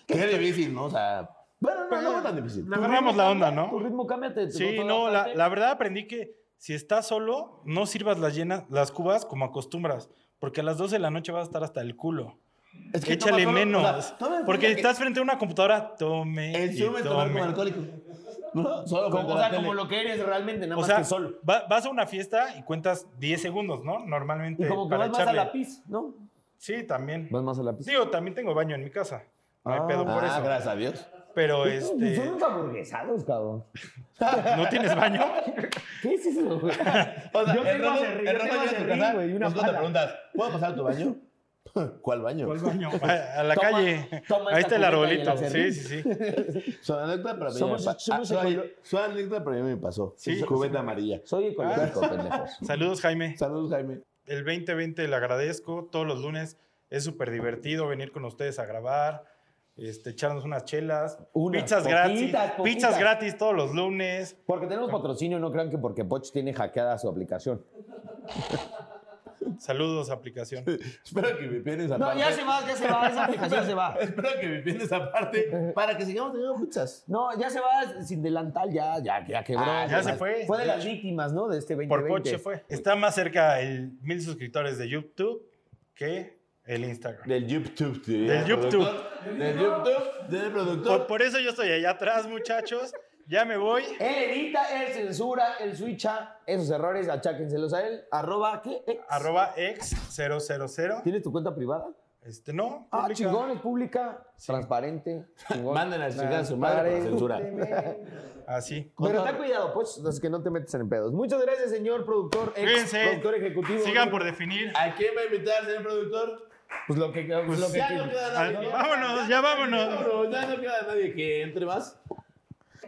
S2: Qué difícil, ¿no? O sea. Bueno, no, no
S9: Pero-
S2: fue tan difícil.
S9: Le agarramos Pues la onda,
S4: Tu
S9: ¿no?
S4: ritmo cámbiate.
S9: Sí, no, la, la verdad aprendí que si estás solo, no sirvas las llenas, las cubas como acostumbras, porque a las 12 de la noche vas a estar hasta el culo.
S2: Es que
S9: Échale
S2: toma solo,
S9: menos.
S2: o sea, toma en
S9: porque
S2: cuenta que
S9: estás frente a una computadora, tome.
S2: El
S9: y
S2: Zoom es tomar como
S9: tome.
S2: alcohólico. No,
S1: Como,
S2: solo frente a
S1: o
S2: la
S1: sea,
S2: tele.
S1: como lo que eres realmente, nada
S9: O
S1: más
S9: sea,
S1: que solo.
S9: va- vas a una fiesta y cuentas 10 segundos, ¿no? Normalmente.
S1: Y como que
S9: eh, para
S1: vas más a
S9: echarle.
S1: la pis, ¿no?
S9: Sí, también.
S1: Vas más a la pis.
S9: Digo, también tengo baño en mi casa. No hay
S1: Ah,
S9: pedo por
S2: Ah,
S9: eso.
S2: gracias a Dios.
S9: Pero
S1: Son
S9: este.
S1: unos aburguesados, cabrón.
S9: ¿No tienes baño?
S1: ¿Qué es eso, güey?
S2: O sea,
S1: Yo
S2: el
S1: tengo
S2: rojo,
S1: acerrín,
S2: el
S1: yo tengo
S2: rojo llega a tu
S1: acerrín,
S2: casa
S1: güey, y
S2: y
S1: una
S2: nosotros te
S1: pala.
S2: preguntas, ¿puedo pasar a tu baño? ¿Cuál baño?
S9: ¿Cuál baño? A, a la
S1: Toma-
S9: calle.
S1: toma
S9: Ahí
S1: esta cubeta y
S9: está el
S1: el
S9: arbolito.
S1: acerrín.
S9: Sí, sí, sí.
S2: Su anécdota, pero a mí
S1: Somos-
S2: me pa-
S1: somos
S2: ah, su-
S1: ecolog-
S2: su anécdota, pero a mí me pasó.
S9: Sí,
S2: Sí,
S9: sí, Ah.
S2: cubeta amarilla.
S1: Soy ecológico, pendejos.
S9: Saludos, Jaime.
S2: Saludos, Jaime.
S9: El 2020 le agradezco. Todos los lunes es súper divertido venir con ustedes a grabar, este, echarnos unas chelas,
S1: Unas,
S9: pizzas gratis.
S1: poquitas, poquitas.
S9: Pizzas gratis todos los lunes.
S1: Porque tenemos patrocinio, no crean que porque Poch tiene hackeada su aplicación.
S9: Saludos, aplicación.
S2: Espero que me pierdes
S4: No,
S2: aparte.
S4: ya se va, ya se va, esa aplicación se va.
S2: Espero que me pierdes aparte para que sigamos teniendo pizzas.
S1: No, ya se va sin delantal, ya, ya, ya quebró.
S2: Ah,
S9: ya se fue.
S1: Fue de las víctimas, ¿no? De este 2020.
S9: Por Poch se fue. Está más cerca el mil suscriptores de YouTube que el Instagram.
S2: Del YouTube. diría
S9: Del
S2: el
S9: YouTube.
S2: productor. Del YouTube. Del
S9: Por,
S2: productor.
S9: por eso yo estoy allá atrás, muchachos. Ya me voy.
S1: Él edita, él censura, él switcha. Esos errores, acháquenselos a él. Arroba, ¿qué? Ex.
S9: Arroba ex 000.
S1: ¿Tienes tu cuenta privada?
S9: Este, no.
S1: Ah,
S9: publica.
S1: chingón, es pública, transparente. Chingón.
S2: Manden a chingar a su madre por censura.
S9: Así.
S1: Pero ten cuidado, pues, es que no te metes en pedos. Muchas gracias, señor productor, ex
S9: Cuídense.
S1: productor ejecutivo.
S9: Sigan por definir.
S2: ¿A quién va a invitar, señor productor?
S1: Pues lo que. pues lo que
S2: Ya no queda
S3: Ah,
S2: nadie.
S9: Al- vámonos, ya vámonos.
S2: Vámonos, Ya no queda nadie que entre más.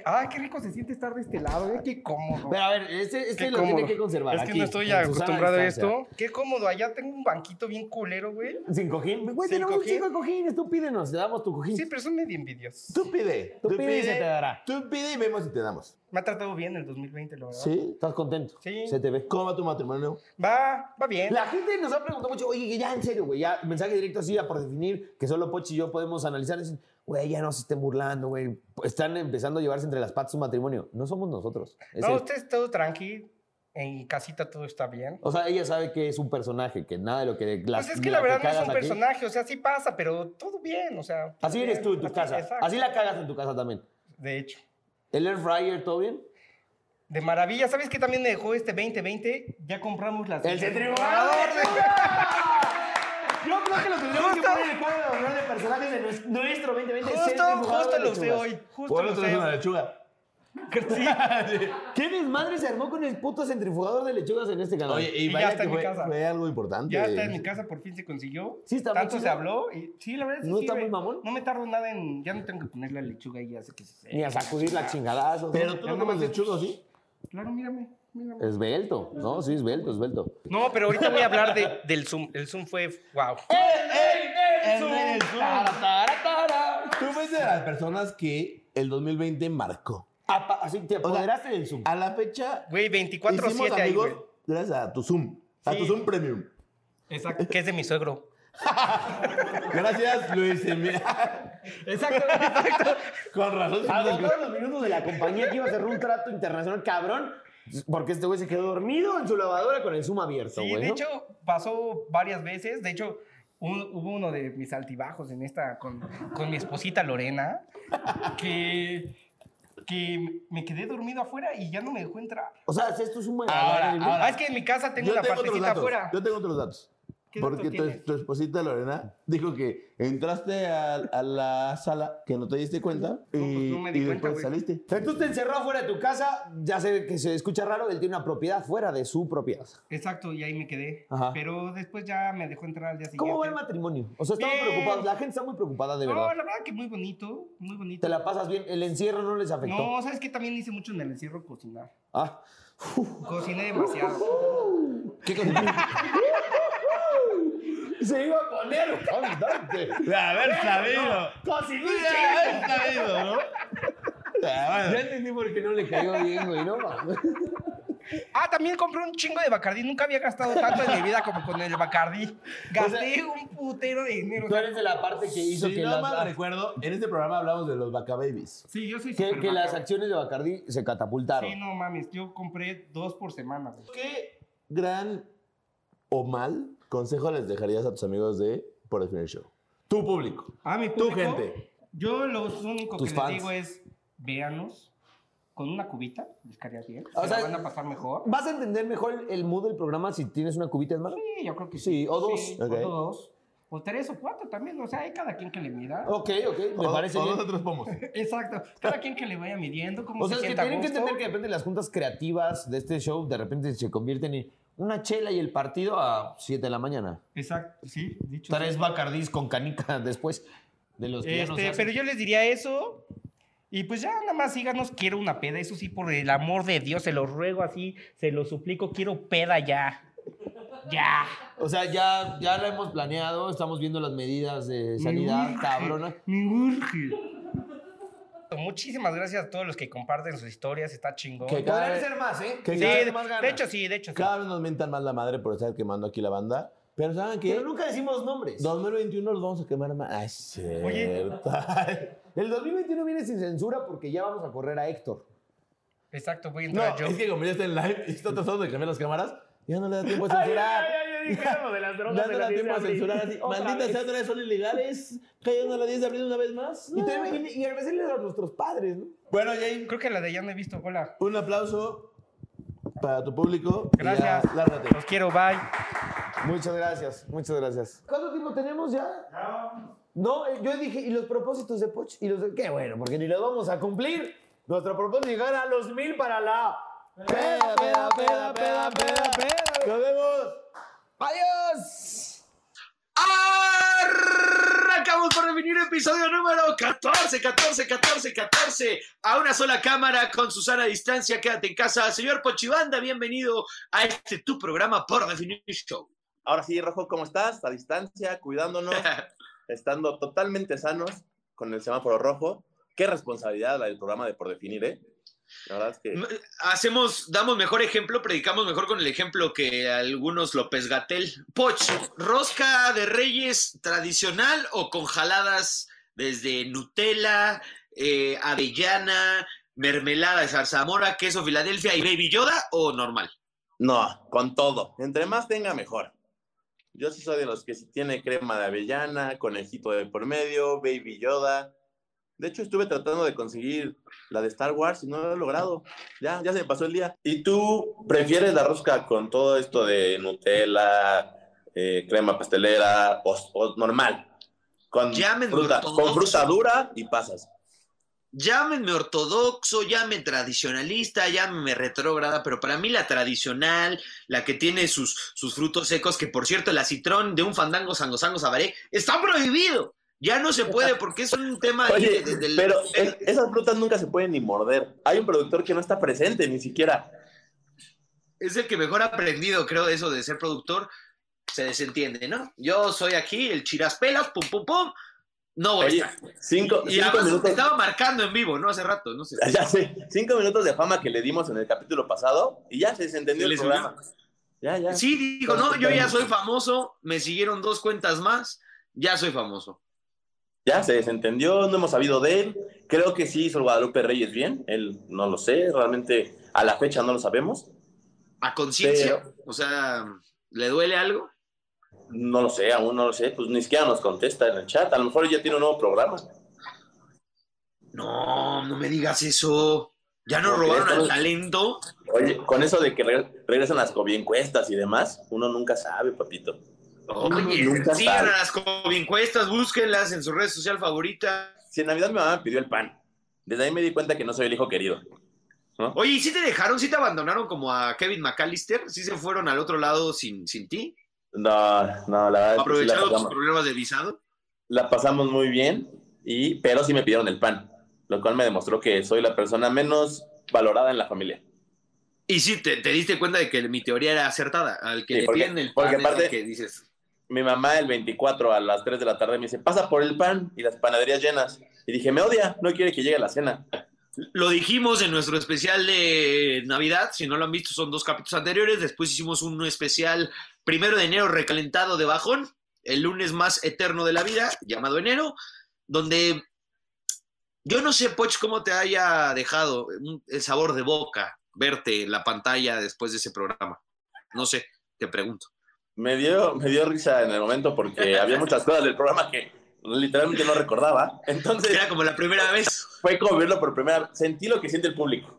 S3: Ah, qué rico se siente estar de este lado, ¿eh? qué cómodo.
S1: Pero a ver, este, este
S3: Qué
S1: lo
S3: cómodo.
S1: tiene que conservar.
S9: Es que
S1: aquí,
S9: no estoy
S1: en su sana
S9: acostumbrado a
S1: distancia.
S9: esto.
S3: Qué cómodo, allá tengo un banquito bien culero, güey.
S1: Sin cojín. Güey,
S3: Sin
S1: tenemos un
S3: cojín.
S1: chico de cojines. Tú pídenos, te damos tu cojín.
S3: Sí, pero son medio envidiosos.
S2: Tú pide.
S1: Tú pide y se te dará.
S2: Tú pide y vemos si te damos.
S3: Me ha tratado bien el 2020, la verdad.
S2: ¿Sí?
S1: ¿Estás contento?
S3: Sí.
S1: Se te ve.
S2: ¿Cómo va tu matrimonio?
S3: Va, va bien.
S1: La gente nos ha preguntado mucho, oye, ya en serio, güey, ya mensaje directo así, ya por definir, que solo Pochi y yo podemos analizar. Dicen, güey, ya no se estén burlando, güey.
S2: Pues,
S1: Están empezando a llevarse entre las patas un matrimonio. No somos nosotros. es
S2: este.
S3: no,
S1: él.
S3: ustedes todo tranqui. En casita todo está bien.
S1: O sea, ella sabe que es un personaje, que nada de lo que. las-
S3: pues es que
S1: de
S3: la
S1: lo
S3: verdad no es
S1: cagas
S3: un
S1: aquí-
S3: personaje, o sea, sí pasa, pero todo bien, o sea. todo
S1: Así eres
S3: bien.
S1: tú en tu
S3: Así-
S1: casa.
S3: exacto.
S1: Así la cagas en tu casa también.
S3: De hecho.
S1: ¿El air fryer todo bien?
S3: De maravilla. ¿Sabes qué también me dejó este 2020? Ya compramos las.
S4: ¡El centrifugador!
S3: centrifugador
S4: Yo creo que lo tendremos que poner en el cuadro de honor de personajes de nues- nuestro 2020.
S3: Justo,
S4: centrifugador
S3: justo
S4: de
S3: lo usé
S4: lechugas.
S3: hoy. Justo
S2: Por
S3: lo
S2: otro es
S3: usé.
S2: una lechuga.
S3: Sí,
S4: ¿Qué desmadre se armó con el puto centrifugador de lechugas en este canal?
S2: Oye,
S3: Y
S2: y
S3: ya
S2: vaya
S3: está
S2: que
S3: en mi
S2: fue,
S3: casa.
S2: fue algo importante.
S3: ya está en mi casa, por fin se consiguió.
S4: Sí, está muy
S3: Tanto se
S4: chido.
S3: habló. Y, sí, la verdad es que
S4: ¿No
S3: sí,
S4: está muy
S3: güey.
S4: mamón?
S3: No me tardo nada en. Ya no tengo que poner la lechuga y ya sé que se seque.
S1: Ni a sacudir la chingadazo.
S2: Pero tú no comes lechuga, ¿sí?
S3: Claro, mírame. mírame.
S1: Esbelto, ¿no? Sí, esbelto, esbelto.
S3: No, pero ahorita voy a hablar de- del Zoom. El Zoom fue. ¡Wow!
S2: Tú fuiste de las personas que el 2020 marcó.
S4: Apa- Ah, Así te apoderaste del Zoom.
S2: A la fecha,
S3: Güey,
S2: hicimos
S3: 24-7 ahí,
S2: amigos
S3: güey.
S2: gracias a tu Zoom. A tu
S3: Sí.
S2: Zoom Premium.
S3: Exacto. Que es de mi suegro.
S2: Gracias, Luis. Emilio.
S3: Exacto.
S2: Con razón.
S4: Agotaron los minutos de la compañía que iba a hacer un trato internacional cabrón. Porque este güey se quedó dormido en su lavadora con el Zoom abierto,
S3: Sí,
S4: güey.
S3: de
S4: ¿no?
S3: hecho, pasó varias veces. De hecho, un- hubo uno de mis altibajos en esta con, con mi esposita Lorena, que, que me quedé dormido afuera y ya no me dejó entrar.
S4: O sea, si esto es un buen
S2: Ahora,
S4: lavadora,
S2: ahora.
S3: Ah, es que en mi casa tengo
S2: yo
S3: una
S2: tengo otros
S3: partecita
S2: datos.
S3: afuera.
S2: Yo tengo otros datos.
S3: ¿Qué datos
S2: Porque tu,
S3: tienes?
S2: tu esposita Lorena dijo que entraste a, a la sala que no te diste cuenta y,
S3: pues no me di
S2: y
S3: cuenta,
S2: después
S3: güey.
S2: saliste.
S1: Entonces te encerró afuera de tu casa, ya sé que se escucha raro, él tiene una propiedad fuera de su propiedad.
S3: Exacto, y ahí me quedé.
S1: Ajá.
S3: Pero después ya me dejó entrar al día siguiente.
S1: ¿Cómo va el matrimonio? O sea, estamos
S3: Bien.
S1: preocupados, la gente está muy preocupada de
S3: No,
S1: verdad.
S3: la verdad que muy bonito, muy bonito.
S1: ¿Te la pasas bien? ¿El encierro no les afectó?
S3: No, ¿sabes qué? También hice mucho en el encierro cocinar.
S1: Ah,
S3: Cociné demasiado.
S4: Se iba a poner un cantante.
S2: De haber sabido.
S4: Cocinilla.
S2: sabido, ¿no?
S1: ya entendí por qué no le cayó bien, güey, no mames.
S3: Ah, también compré un chingo de Bacardí. Nunca había gastado tanto en mi vida como con el Bacardí. Gasté un putero de dinero.
S1: Tú eres de la parte que hizo
S2: si
S1: que,
S2: no
S1: las,
S2: mal recuerdo, en este programa hablamos de los bacababies.
S3: Sí, yo soy
S1: que,
S3: super
S1: que las
S3: Bacardi.
S1: acciones de Bacardi se catapultaron.
S3: Sí, no mames. Yo compré dos por semana. güey.
S2: ¿Qué gran o mal consejo les dejarías a tus amigos de Por Definir Show? Tu público.
S3: Ah, mi
S2: Tu
S3: público,
S2: gente.
S3: Yo lo único
S2: Tus
S3: que
S2: fans.
S3: les digo es, véanos con una cubita. Les caería bien.
S1: O
S3: se
S1: sea,
S3: la van a pasar mejor.
S1: ¿Vas a entender mejor el, el mood del programa si tienes una cubita en mano?
S3: Sí, yo creo que sí.
S1: Sí, o dos.
S3: Sí,
S2: Ok.
S3: O dos. O tres o cuatro también. O sea, hay cada quien que le mida.
S1: Ok, ok, me
S2: O-
S1: parece
S2: o
S1: bien.
S2: dos o tres pomos.
S3: Exacto. Cada quien que le vaya midiendo. Como
S1: O sea, es
S3: se
S1: que
S3: sienta a
S1: tienen que
S3: gusto.
S1: entender que de repente las juntas creativas de este show de repente se convierten en una chela y el partido a 7 de la mañana.
S3: Exacto, sí, dicho.
S1: Tres bacardís con canica después de los que ya no se
S3: Este,
S1: hacen.
S3: pero yo les diría eso. Y pues ya nada más síganos, quiero una peda. Eso sí, por el amor de Dios, se lo ruego así, se lo suplico, quiero peda ya. Ya.
S1: O sea, ya, ya la hemos planeado, estamos viendo las medidas de
S3: Me
S1: sanidad,
S3: urge,
S1: cabrona.
S3: Me urge. Muchísimas gracias a todos los que comparten sus historias, está chingón.
S2: Que cada
S1: Podrían
S2: vez-
S1: ser más, ¿eh?
S2: que
S3: Sí,
S2: cada-
S3: de, de hecho sí, de hecho sí.
S2: Cada vez nos mentan más la madre por estar quemando aquí la banda. Pero ¿saben qué?
S1: Pero nunca decimos nombres.
S2: 2021 los vamos a quemar más. Ay, cierto.
S1: El 2021 viene sin censura porque ya vamos a correr a Héctor.
S3: Exacto, voy a
S2: No,
S3: entrar yo.
S2: es que como ya está en live y está tratando de cambiar las cámaras, ya no le da tiempo a censurar. ya no le da tiempo a censurar así. Maldita sea, tres son ilegales. Cayendo a la 10 de abril una vez más.
S1: Y, también- y agradecerle a nuestros padres, ¿no?
S2: Bueno, Jane,
S3: Creo que la de ya no he visto. Hola.
S2: un aplauso para tu público. y ya,
S3: Gracias.
S2: lárgate.
S3: Los quiero, bye.
S1: Muchas gracias, muchas gracias. ¿Cuánto tiempo tenemos ya? No, eh, yo dije, ¿y los propósitos de Poch? Y los de- qué bueno, porque ni los vamos a cumplir. Nuestro propósito es llegar a los mil para la...
S2: Peda, peda, peda, peda, peda, peda. Nos vemos.
S1: ¡Adiós!
S4: Arrancamos por definir episodio número 14, 14, 14, 14. A una sola cámara con Susana a distancia. Quédate en casa. Señor Pochibanda, bienvenido a este tu programa por definir show.
S2: Ahora sí, Rojo, ¿cómo estás? A distancia, cuidándonos, estando totalmente sanos con el semáforo rojo. Qué responsabilidad la del programa de Por Definir, ¿eh? La verdad es que...
S4: Hacemos, damos mejor ejemplo, predicamos mejor con el ejemplo que algunos López Gatel. Poch, rosca de reyes tradicional o con jaladas desde Nutella, eh, avellana, mermelada de zarzamora, queso Filadelfia y baby Yoda o normal.
S2: No, con todo. Entre más tenga, mejor. Yo sí soy de los que si tiene crema de avellana, conejito de por medio, baby Yoda,
S10: De hecho, estuve tratando de conseguir la de Star Wars y no lo he logrado. Ya, ya se me pasó el día. ¿Y tú prefieres la rosca con todo esto de Nutella, eh, crema pastelera o, o normal? Con
S1: Llamen
S10: fruta,
S1: ortodoxo.
S10: con fruta dura y pasas.
S1: Llámenme ortodoxo, llámenme tradicionalista, llámenme retrógrada, pero para mí la tradicional, la que tiene sus, sus frutos secos, que por cierto, el acitrón de un fandango sangosango sabaré, está prohibido. Ya no se puede porque es un tema ahí
S10: Oye,
S1: de- del-
S10: pero es- esas frutas nunca se pueden ni morder. Hay un productor que no está presente ni siquiera.
S1: es el que mejor ha aprendido, creo, eso de ser productor. Se desentiende, ¿no? Yo soy aquí, el chiraspelas, pum, pum, pum. No voy
S10: Oye,
S1: a estar.
S10: cinco,
S1: Y
S10: cinco
S1: además
S10: minutos.
S1: estaba marcando en vivo, ¿no? Hace rato, no sé.
S10: Ya sé, cinco minutos de fama que le dimos en el capítulo pasado y ya se desentendió
S1: Se
S10: el
S1: les
S10: programa. Ya, ya.
S1: Sí, dijo, no, yo ya soy famoso, me siguieron dos cuentas más, ya soy famoso.
S10: Ya se desentendió, no hemos sabido de él. Creo que sí hizo el Guadalupe Reyes bien, él no lo sé, realmente a la fecha no lo sabemos.
S1: A conciencia, o sea, ¿le duele algo?
S10: No lo sé, aún no lo sé, pues ni siquiera nos contesta en el chat. A lo mejor ya tiene un nuevo programa.
S1: No, no me digas eso. Ya nos
S10: Ok,
S1: robaron al
S10: entonces-
S1: talento.
S10: Oye, con eso de que re- regresan las cobiencuestas y demás, uno nunca sabe, papito.
S1: Oye,
S10: nunca
S1: sigan
S10: sabe.
S1: a las encuestas, búsquenlas en su red social favorita.
S10: Si en Navidad mi mamá me pidió el pan, desde ahí me di cuenta que no soy el hijo querido.
S1: Oye, ¿y si te dejaron, si te abandonaron como a Kevin McAllister? ¿Sí se fueron al otro lado sin, sin ti?
S10: No, no, la verdad es que sí la
S1: ¿Aprovecharon tus
S10: pasamos,
S1: problemas de visado?
S10: la pasamos muy bien, y, pero sí me pidieron el pan, lo cual me demostró que soy la persona menos valorada en la familia.
S1: Y sí, te, te diste cuenta de que mi teoría era acertada. Al que
S10: Sí,
S1: le
S10: porque-
S1: piden el
S10: porque
S1: pan es al
S10: aparte-
S1: que dices...
S10: mi mamá el 24 a las 3 de la tarde me dice, pasa por el pan y las panaderías llenas. Y dije, me odia, no quiere que llegue la cena.
S1: Lo dijimos en nuestro especial de Navidad, si no lo han visto son dos capítulos anteriores, después hicimos un especial primero de enero recalentado de bajón, el lunes más eterno de la vida, llamado enero, donde yo no sé, Poch, cómo te haya dejado un- el sabor de boca verte en la pantalla después de ese programa. No sé, te pregunto.
S10: Me dio, me dio risa en el momento porque había muchas cosas del programa que literalmente no recordaba. Entonces
S1: Era como la primera vez.
S10: fue como verlo por primera vez. Sentí lo que siente el público.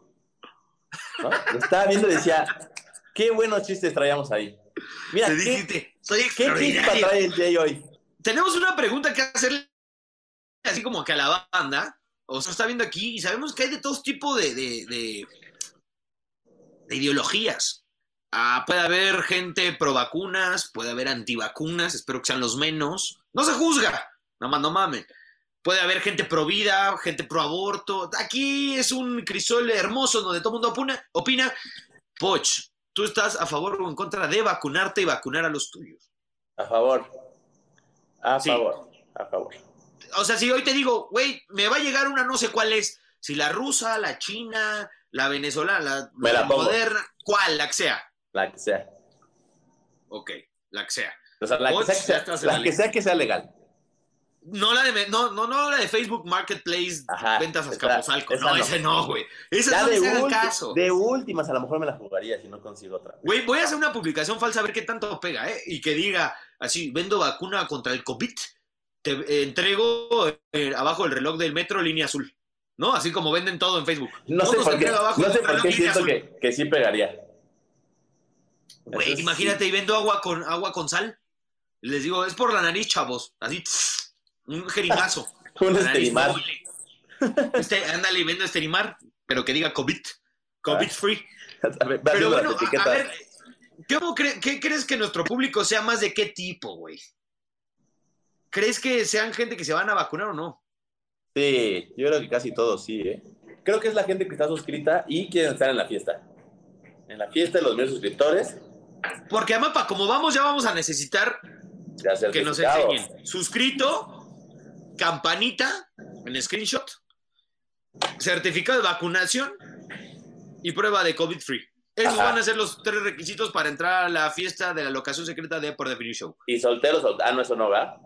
S10: ¿No? Lo estaba viendo y decía, qué buenos chistes traíamos ahí. Mira,
S1: Te
S10: qué,
S1: dijiste, soy
S10: qué chispa
S1: extraordinario.
S10: trae el Jay hoy.
S1: tenemos una pregunta que hacerle así como que a la banda. O sea, está viendo aquí y sabemos que hay de todos tipos de, de, de- de ideologías. Ah, puede haber gente pro vacunas, puede haber antivacunas, espero que sean los menos. No se juzga, nada más no mamen. Puede haber gente pro vida, gente pro aborto. Aquí es un crisol hermoso donde todo el mundo opina. opina. Poch, ¿tú estás a favor o en contra de vacunarte y vacunar a los tuyos?
S10: A favor. A
S1: Sí.
S10: favor. A favor.
S1: O sea, si hoy te digo, güey, me va a llegar una no sé cuál es, si la rusa, la china, la venezolana, la,
S10: Me la pongo.
S1: moderna, ¿cuál? La que sea.
S10: La que sea.
S1: Ok, la que sea.
S10: O sea, la que
S1: Ots,
S10: sea que sea-
S1: ya estás en
S10: la
S1: la
S10: que
S1: lista.
S10: sea que sea legal.
S1: No la de, me- no, no, no la de Facebook Marketplace,
S10: Ajá,
S1: ventas a
S10: esa-
S1: Escaposalco.
S10: esa
S1: No,
S10: no.
S1: ese no, güey. Esa
S10: Ya
S1: no
S10: de,
S1: les hagan
S10: ulti-
S1: caso.
S10: de últimas, a lo mejor me la jugaría si no consigo otra.
S1: Güey, voy a hacer una publicación falsa a ver qué tanto pega, ¿eh? Y que diga, así, vendo vacuna contra el COVID, te eh, entrego eh, abajo el reloj del metro línea azul. ¿No? Así como venden todo en Facebook.
S10: No
S1: Uno
S10: sé
S1: se
S10: por qué,
S1: entrega abajo
S10: no
S1: del
S10: sé por
S1: reloj
S10: qué
S1: línea
S10: siento
S1: azul.
S10: que, que sí pegaría.
S1: Güey,
S10: Eso sí.
S1: imagínate, y vendo agua con, agua con sal. Les digo, es por la nariz, chavos. Así, tss, un jeringazo.
S10: Un
S1: La nariz
S10: esterimar.
S1: no huele. Este, ándale, y vendo esterimar, pero que diga COVID. COVID
S10: Ah,
S1: free. Pero bueno, a, a ver, ¿cómo cre- ¿qué crees que nuestro público sea más de qué tipo, güey? ¿Crees que sean gente que se van a vacunar o no?
S10: Sí, yo creo que casi todos sí, ¿eh? Creo que es la gente que está suscrita y quieren estar en la fiesta. En la fiesta de los mil suscriptores,
S1: Porque además, pa' como vamos, ya vamos a necesitar
S10: ya sea el
S1: que nos
S10: resultado.
S1: enseñen. Suscrito, campanita en screenshot, certificado de vacunación y prueba de COVID free. Esos
S10: Ajá.
S1: van a ser los tres requisitos para entrar a la fiesta de la locación secreta de Por Definir Show.
S10: Y solteros, sol- ah, no, eso no va.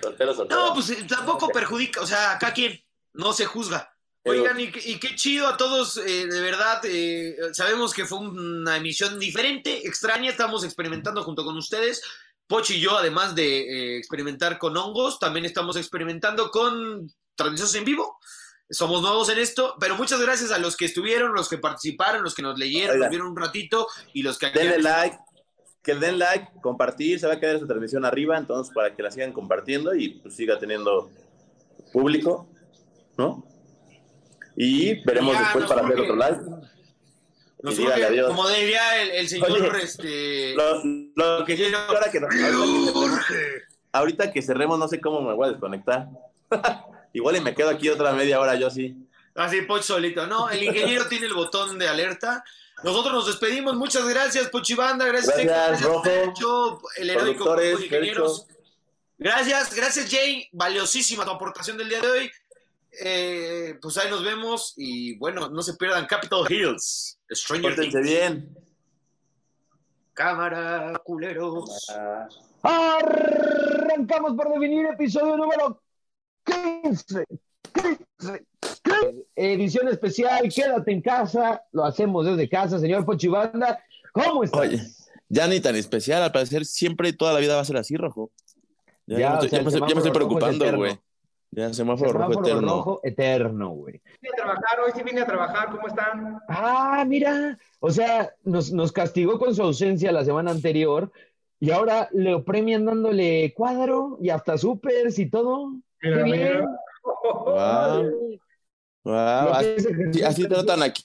S10: Solteros, solteros.
S1: No, pues eh, tampoco perjudica, o sea, acá quien no se juzga.
S10: Pero-
S1: Oigan, y, qué- y qué chido a todos, eh, de verdad, eh, sabemos que fue una emisión diferente, extraña, estamos experimentando junto con ustedes. Poch y yo, además de eh, experimentar con hongos, también estamos experimentando con
S10: transmisiones en vivo. Somos nuevos en esto, pero muchas gracias a los que estuvieron, los que participaron, los que nos leyeron,
S2: Oiga.
S10: nos vieron un ratito y los que...
S2: Denle like, que den like, compartir, se va a quedar esta transmisión arriba, entonces para que la sigan compartiendo y pues, siga teniendo público, ¿no? Y veremos
S10: Ya,
S2: después
S10: nos
S2: para ver
S10: urge.
S2: otro live.
S10: Nos
S2: Y díganle
S10: urge,
S2: adiós.
S10: como diría el, el señor,
S2: Oye,
S10: este...
S2: Lo, lo
S10: lo
S2: que
S10: que yo-
S2: ahora que, ahorita, que cerremos, ahorita que cerremos, no sé cómo me voy a desconectar. Igual y me quedo aquí otra media hora yo sí.
S10: Así, Poch solito, ¿no? El ingeniero tiene el botón de alerta. Nosotros nos despedimos. Muchas gracias, Pochibanda. Gracias,
S2: Gracias,
S10: Héctor.
S2: Rojo.
S10: Nacho, el heroico
S2: Productores,
S10: grupo de ingenieros. Gracias, gracias, Jay. Valiosísima tu aportación del día de hoy. Eh, pues ahí nos vemos. Y bueno, no se pierdan Capitol Hills. Stranger
S2: Pórtense
S10: Things.
S2: bien.
S10: Cámara, culeros.
S1: Arrancamos por definir episodio número 15. 15, 15. Edición especial, quédate en casa. Lo hacemos desde casa, señor Pochibanda. ¿Cómo estás?
S2: Oye, ya ni tan especial, al parecer siempre toda la vida va a ser así, Rojo.
S1: Ya,
S2: Ya, ya me
S1: o
S2: estoy,
S1: sea,
S2: ya me
S1: el
S2: estoy- ya me estoy
S1: semáforo rojo es
S2: preocupando,
S1: eterno.
S2: güey. Ya, semáforo, rojo
S1: Semáforo
S2: eterno.
S1: rojo eterno, güey.
S3: Vine a trabajar, hoy sí vine a trabajar, ¿cómo están?
S1: Ah, mira. O sea, nos, nos castigó con su ausencia la semana anterior y ahora le premian dándole cuadro y hasta supers y todo. ¡Qué
S3: Mira,
S1: bien!
S3: mira.
S2: Guau, guau,
S1: Lo que
S2: así,
S1: es ejercicio
S2: así tratan aquí,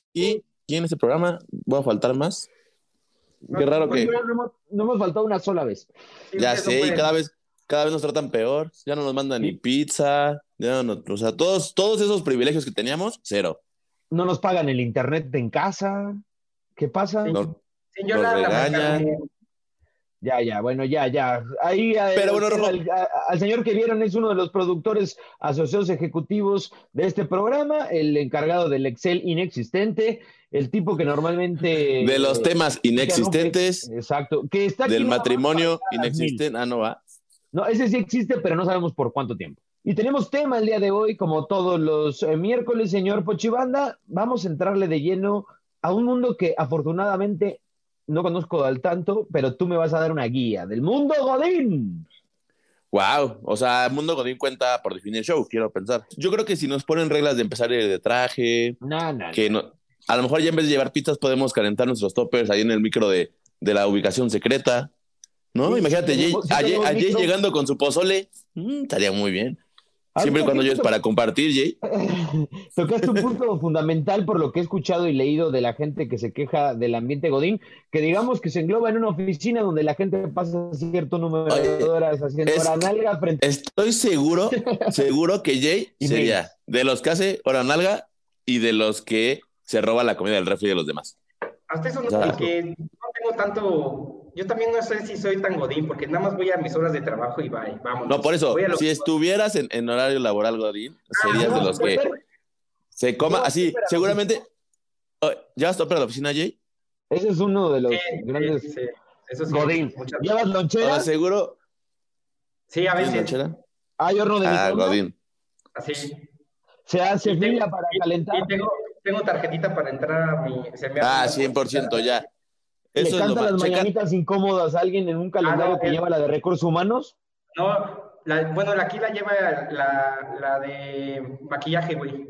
S2: aquí en este programa. Voy a faltar más. Qué raro que
S1: No hemos, no hemos faltado una sola vez.
S2: ya
S3: Siempre
S2: sé, y
S3: son
S2: cada vez, cada vez nos tratan peor. Ya no nos mandan ni pizza. Ya no, o sea, todos, todos esos privilegios que teníamos, cero.
S1: No nos pagan el internet en casa. ¿Qué pasa?
S3: Sí.
S2: No-
S3: Señor,
S2: Los
S3: la- la
S2: regañan.
S3: marca-
S1: Ya, ya, bueno, ya, ya. Ahí a-
S2: Pero bueno, Rojo.
S1: al, a- al señor que vieron es uno de los productores asociados ejecutivos de este programa, el encargado del Excel inexistente, el tipo que normalmente... eh,
S2: De los temas inexistentes,
S1: Exacto. Que está aquí
S2: del
S1: nada más.
S2: matrimonio
S1: las mil.
S2: inexistente. Ah, no va.
S1: No, ese sí existe, pero no sabemos por cuánto tiempo. Y tenemos tema el día de hoy, como todos los eh, miércoles, señor Pochibanda. Vamos a entrarle de lleno a un mundo que afortunadamente no conozco al tanto, pero tú me vas a dar una guía del mundo Godín.
S2: Wow, o sea, el mundo Godín cuenta por definir show, quiero pensar. Yo creo que si nos ponen reglas de empezar de traje,
S1: No, no, no.
S2: que no, a lo mejor ya en vez de llevar pizzas podemos calentar nuestros toppers ahí en el micro de, de la ubicación secreta, ¿no?
S1: Sí,
S2: Imagínate,
S1: sí,
S2: Jay-
S1: tenemos- sí,
S2: a Jay-
S1: tenemos
S2: a Jay
S1: micro.
S2: llegando con su pozole, Mm, estaría muy bien.
S1: Ahorita
S2: Siempre y cuando
S1: que
S2: lleves
S1: to-
S2: para compartir, Jay.
S1: Tocaste un punto fundamental por lo que he escuchado y leído de la gente que se queja del ambiente Godín, que digamos que se engloba en una oficina donde la gente pasa cierto número de
S2: Oye,
S1: horas haciendo
S2: es-
S1: hora nalga frente
S2: Estoy seguro, seguro que Jay
S1: Y
S2: sería de los que hace hora nalga y de los que se roba la comida del refri de los demás.
S3: Hasta eso no,
S2: Claro.
S3: porque no tengo tanto. Yo también no sé si soy tan godín, porque nada más voy a mis horas de trabajo y bye, vamos.
S2: No, por eso,
S3: Voy a lo-
S2: si estuvieras en, en horario laboral, Godín, serías de los que se coma
S1: No,
S2: así,
S1: espera.
S2: seguramente. Oh, ¿Ya vas a la oficina, Jay?
S1: Ese es uno de los
S3: Sí,
S1: grandes.
S3: sí, sí, eso sí.
S1: Godín.
S3: muchas-
S1: ¿Llevas
S2: O
S1: lonchera?
S2: sea, seguro.
S3: Sí, a
S2: ¿Tienes
S3: veces.
S2: lonchera?
S1: Hay horno de
S2: Ah,
S1: microondas,
S2: Godín.
S3: Así.
S1: Se hace
S3: Y tengo-
S1: fila para
S3: y-
S1: calentar.
S3: Y tengo, tengo tarjetita para entrar a mi. se me
S2: Ah,
S3: hace-
S2: 100% ya.
S1: Le
S2: Eso es lo
S1: canta
S2: más.
S1: las
S2: Checa-
S1: mañanitas incómodas a alguien en un calendario
S3: Ah, no,
S1: que
S3: el-
S1: lleva la de recursos humanos.
S3: No, la- bueno, la- aquí la lleva la, la de maquillaje, güey.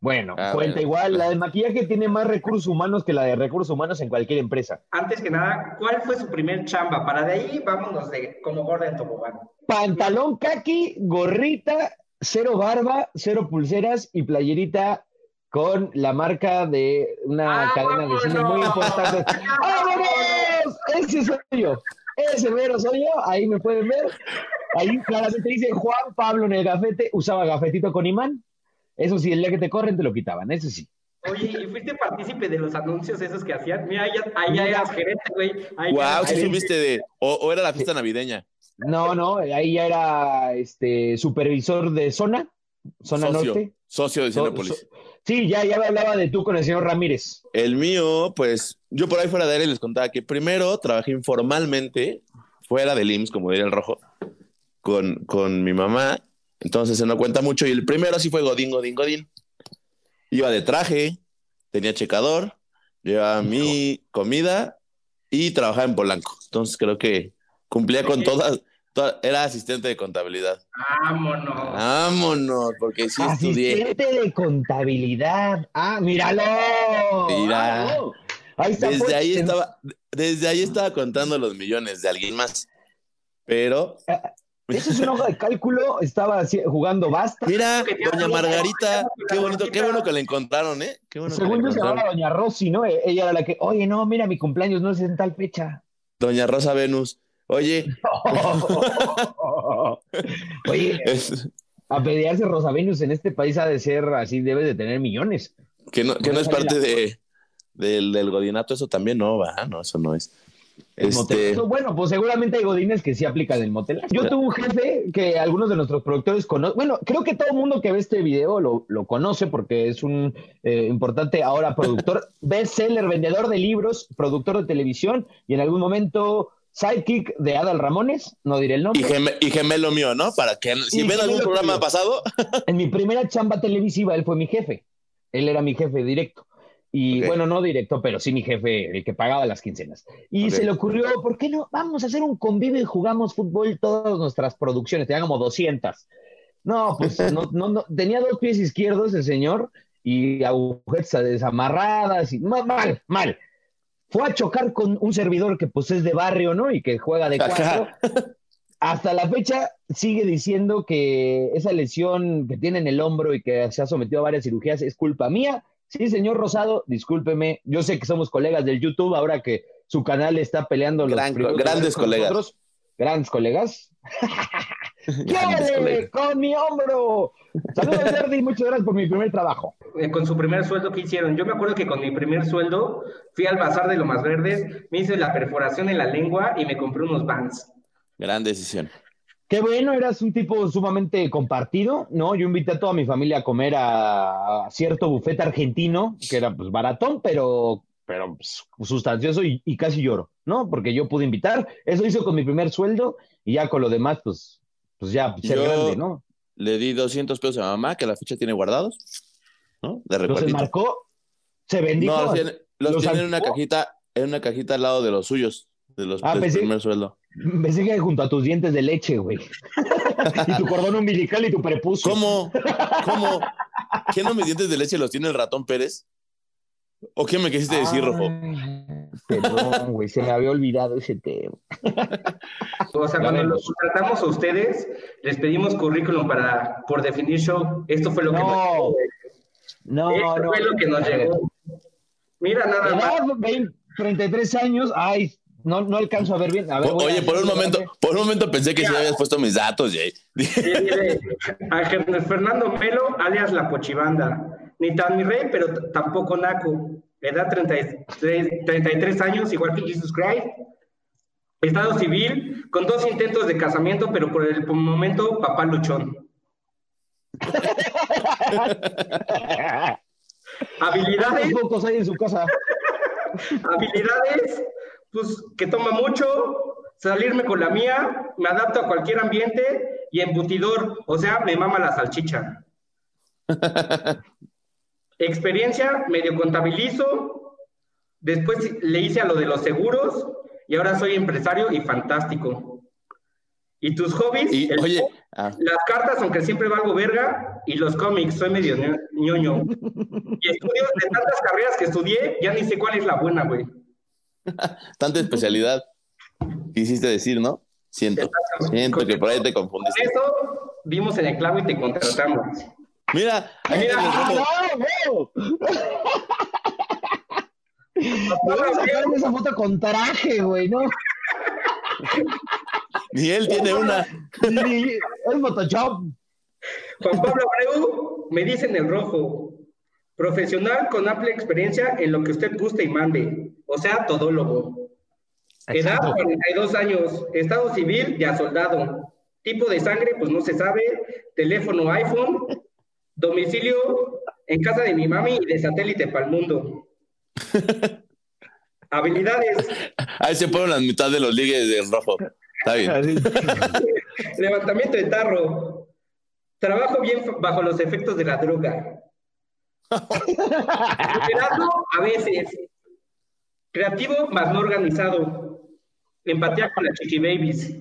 S1: Bueno,
S2: Ah,
S1: cuenta
S2: bueno.
S1: igual. La de maquillaje tiene más recursos humanos que la de recursos humanos en cualquier empresa.
S3: Antes que nada, ¿cuál fue su primer chamba? Para de ahí vámonos de como gorda en tobogán.
S1: Pantalón kaki, gorrita, cero barba, cero pulseras y playerita con la marca de una
S3: ¡Ah,
S1: cadena de cine
S3: vámonos! Ah,
S1: muy importante. ¡Vámonos! Ese soy yo. Ese mero soy yo. Ahí me pueden ver. Ahí claramente dice Juan Pablo en el gafete. Usaba gafetito con imán. Eso sí, el día que te corren te lo quitaban. Eso sí.
S3: Oye, ¿y fuiste partícipe de los anuncios esos que hacían? Mira, ahí ya, ahí ya eras gerente, güey. Ahí ya
S2: Guau,
S3: eras
S2: sí
S3: gerente.
S2: subiste de. O, o era la fiesta navideña.
S1: No, no. Ahí ya era este, supervisor de zona, zona
S2: socio.
S1: norte.
S2: Socio de
S1: So-
S2: Cinépolis.
S1: so- sí, ya, ya me hablaba de tú con el señor Ramírez.
S2: El mío, pues, yo por ahí fuera de él les contaba que primero trabajé informalmente, fuera del IMSS, como diría el rojo, con, con mi mamá. Entonces se no cuenta mucho. Y el primero sí fue Godín, Godín, Godín. Iba de traje, tenía checador, llevaba mi comida y trabajaba en Polanco. Entonces creo que cumplía con todas, Toda- Era asistente de contabilidad.
S3: Vámonos.
S2: Vámonos, porque sí estudié.
S1: Asistente de contabilidad. Ah, míralo.
S2: Mira.
S1: Ahí está. pues,
S2: Desde ahí
S1: en-
S2: estaba, desde ahí estaba contando los millones de alguien más. Pero,
S1: Eso es una hoja de cálculo. Estaba así- jugando basta.
S2: mira, doña Margarita, qué bonito, qué bueno que la encontraron, ¿eh? Qué bueno que la
S1: Según yo se
S2: encontraron.
S1: llamaba Doña Rosy, ¿no? E- Ella era la que, oye, no, mira, mi cumpleaños no es en tal fecha.
S2: Doña Rosa Venus. Oye,
S1: Oye,
S2: es-
S1: a pelearse Rosa Venus en este país ha de ser así, debe de tener millones.
S2: que no, que no es parte de, del, del godinato, eso también no va, no, eso no es. Este,
S1: Motelazo, Bueno, pues seguramente hay godines que sí aplican el motel. Yo tuve un jefe que algunos de nuestros productores conocen. Bueno, creo que todo el mundo que ve este video lo, lo conoce porque es un eh, importante ahora productor, bestseller, vendedor de libros, productor de televisión y en algún momento sidekick de Adal Ramones, no diré el
S2: y,
S1: nombre.
S2: geme- y gemelo mío, ¿no? Para que si
S1: Y
S2: ven algún
S1: gemelo
S2: programa
S1: mío.
S2: pasado,
S1: En mi primera chamba televisiva él fue mi jefe. Él era mi jefe directo. Y
S2: Ok.
S1: bueno, no directo, pero sí mi jefe, el que pagaba las quincenas. Y
S2: Ok.
S1: se le ocurrió, ¿por qué no? Vamos a hacer un convivio y jugamos fútbol todas nuestras producciones. Tenía como 200. No, pues no, no, no. tenía dos pies izquierdos el señor y agujetas desamarradas. Y... ma- Mal, mal. Fue a chocar con un servidor que pues es de barrio, ¿no? Y que juega de cuatro. Hasta la fecha sigue diciendo que esa lesión que tiene en el hombro y que se ha sometido a varias cirugías es culpa mía. Sí, señor Rosado, discúlpeme. Yo sé que somos colegas del YouTube ahora que su canal está peleando los
S2: Gran-
S1: primeros
S2: grandes
S1: lugares con
S2: colegas.
S1: nosotros. Grandes colegas. ¿Qué
S2: Grandes
S1: ole
S2: colegas.
S1: con mi hombro? Saludos, Jordi. Muchas gracias por mi primer trabajo.
S3: Eh, Con su primer sueldo, ¿qué hicieron? Yo me acuerdo que con mi primer sueldo fui al bazar de Lomas Verdes, me hice la perforación en la lengua y me compré unos vans.
S2: gran decisión.
S1: Qué bueno, eras un tipo sumamente compartido, ¿no? Yo invité a toda mi familia a comer a, a cierto bufete argentino, que era pues baratón, pero, pero pues, sustancioso y, y casi lloro, ¿no? Porque yo pude invitar, eso hizo con mi primer sueldo y ya con lo demás, pues, pues ya ser
S2: Yo-
S1: grande, ¿no?
S2: Le di 200 pesos a mamá, que a la fecha tiene guardados, ¿no? De
S1: Los
S2: recuerdito.
S1: enmarcó, se bendijo.
S2: No, los tiene, los
S1: ¿Los
S2: tiene en una
S1: anticipó?
S2: cajita, en una cajita al lado de los suyos, de los
S1: Ah,
S2: del
S1: pensé-
S2: primer sueldo.
S1: Pensé que junto a tus dientes de leche, güey. y tu cordón umbilical y tu prepucio.
S2: ¿Cómo? ¿Cómo? ¿Qué no mis dientes de leche los tiene el ratón Pérez? ¿O qué me quisiste decir,
S1: Ah,
S2: Rojo?
S1: Ay, Perdón, güey, se me había olvidado ese tema.
S3: O sea,
S1: Ya
S3: cuando
S1: vemos.
S3: los contratamos a ustedes, les pedimos currículum para, por definir show. Esto fue lo que
S1: No,
S3: nos llegó, güey.
S1: No,
S3: Esto
S1: no.
S3: fue lo que nos
S1: A ver,
S3: llegó. Mira nada más.
S1: edad, 20, 33 años, ay, no, no alcanzo a ver bien. A ver,
S2: O-
S1: voy a-
S2: Oye, por un momento, por un momento pensé que sí habías puesto mis datos, Jay.
S3: que viene Ángel Fernando Melo, alias La Pochibanda. Ni tan ni rey, pero t- tampoco naco. Edad 33, 33 años, igual que Jesus Christ. Estado civil, con dos intentos de casamiento, pero por el momento, papá luchón.
S1: ¿Cuántos
S3: Habilidades,
S1: pocos hay en su casa?
S3: habilidades, pues que toma mucho, salirme con la mía, me adapto a cualquier ambiente y embutidor, o sea, me mama la salchicha. Experiencia, medio contabilizo, después le hice a lo de los seguros y ahora soy empresario y fantástico. ¿Y tus hobbies?
S2: Y
S3: El-
S2: oye, ah,
S3: las cartas, aunque siempre valgo verga, y los cómics, soy medio ño- ñoño. Y estudios de tantas carreras que estudié, ya ni sé cuál es la buena, güey.
S2: tanta especialidad quisiste decir, ¿no? Siento, siento que por ahí te confundiste.
S3: Con eso dimos en el clavo y te contratamos.
S2: Mira, ahí
S3: Mira,
S2: tienes, Rojo.
S1: ¡No, no! Me voy a sacar esa foto con traje, güey, ¿no?
S2: ni él
S3: Pues,
S2: tiene una.
S1: Y- Es Photoshop.
S3: Juan Pablo Abreu, me dicen el rojo. Profesional con amplia experiencia en lo que usted guste y mande. O sea, todólogo. Edad
S1: Exacto.
S3: 42 años. Estado civil ya soldado. Tipo de sangre, pues no se sabe. Teléfono iPhone. Domicilio en casa de mi mami y de satélite para el mundo. Habilidades.
S2: Ahí se ponen las mitad de los ligues del rojo. Está bien.
S1: Así.
S3: Levantamiento de tarro. Trabajo bien f- bajo los efectos de la droga. Liderazgo a veces. Creativo más no organizado. Empatía con las chiqui babies.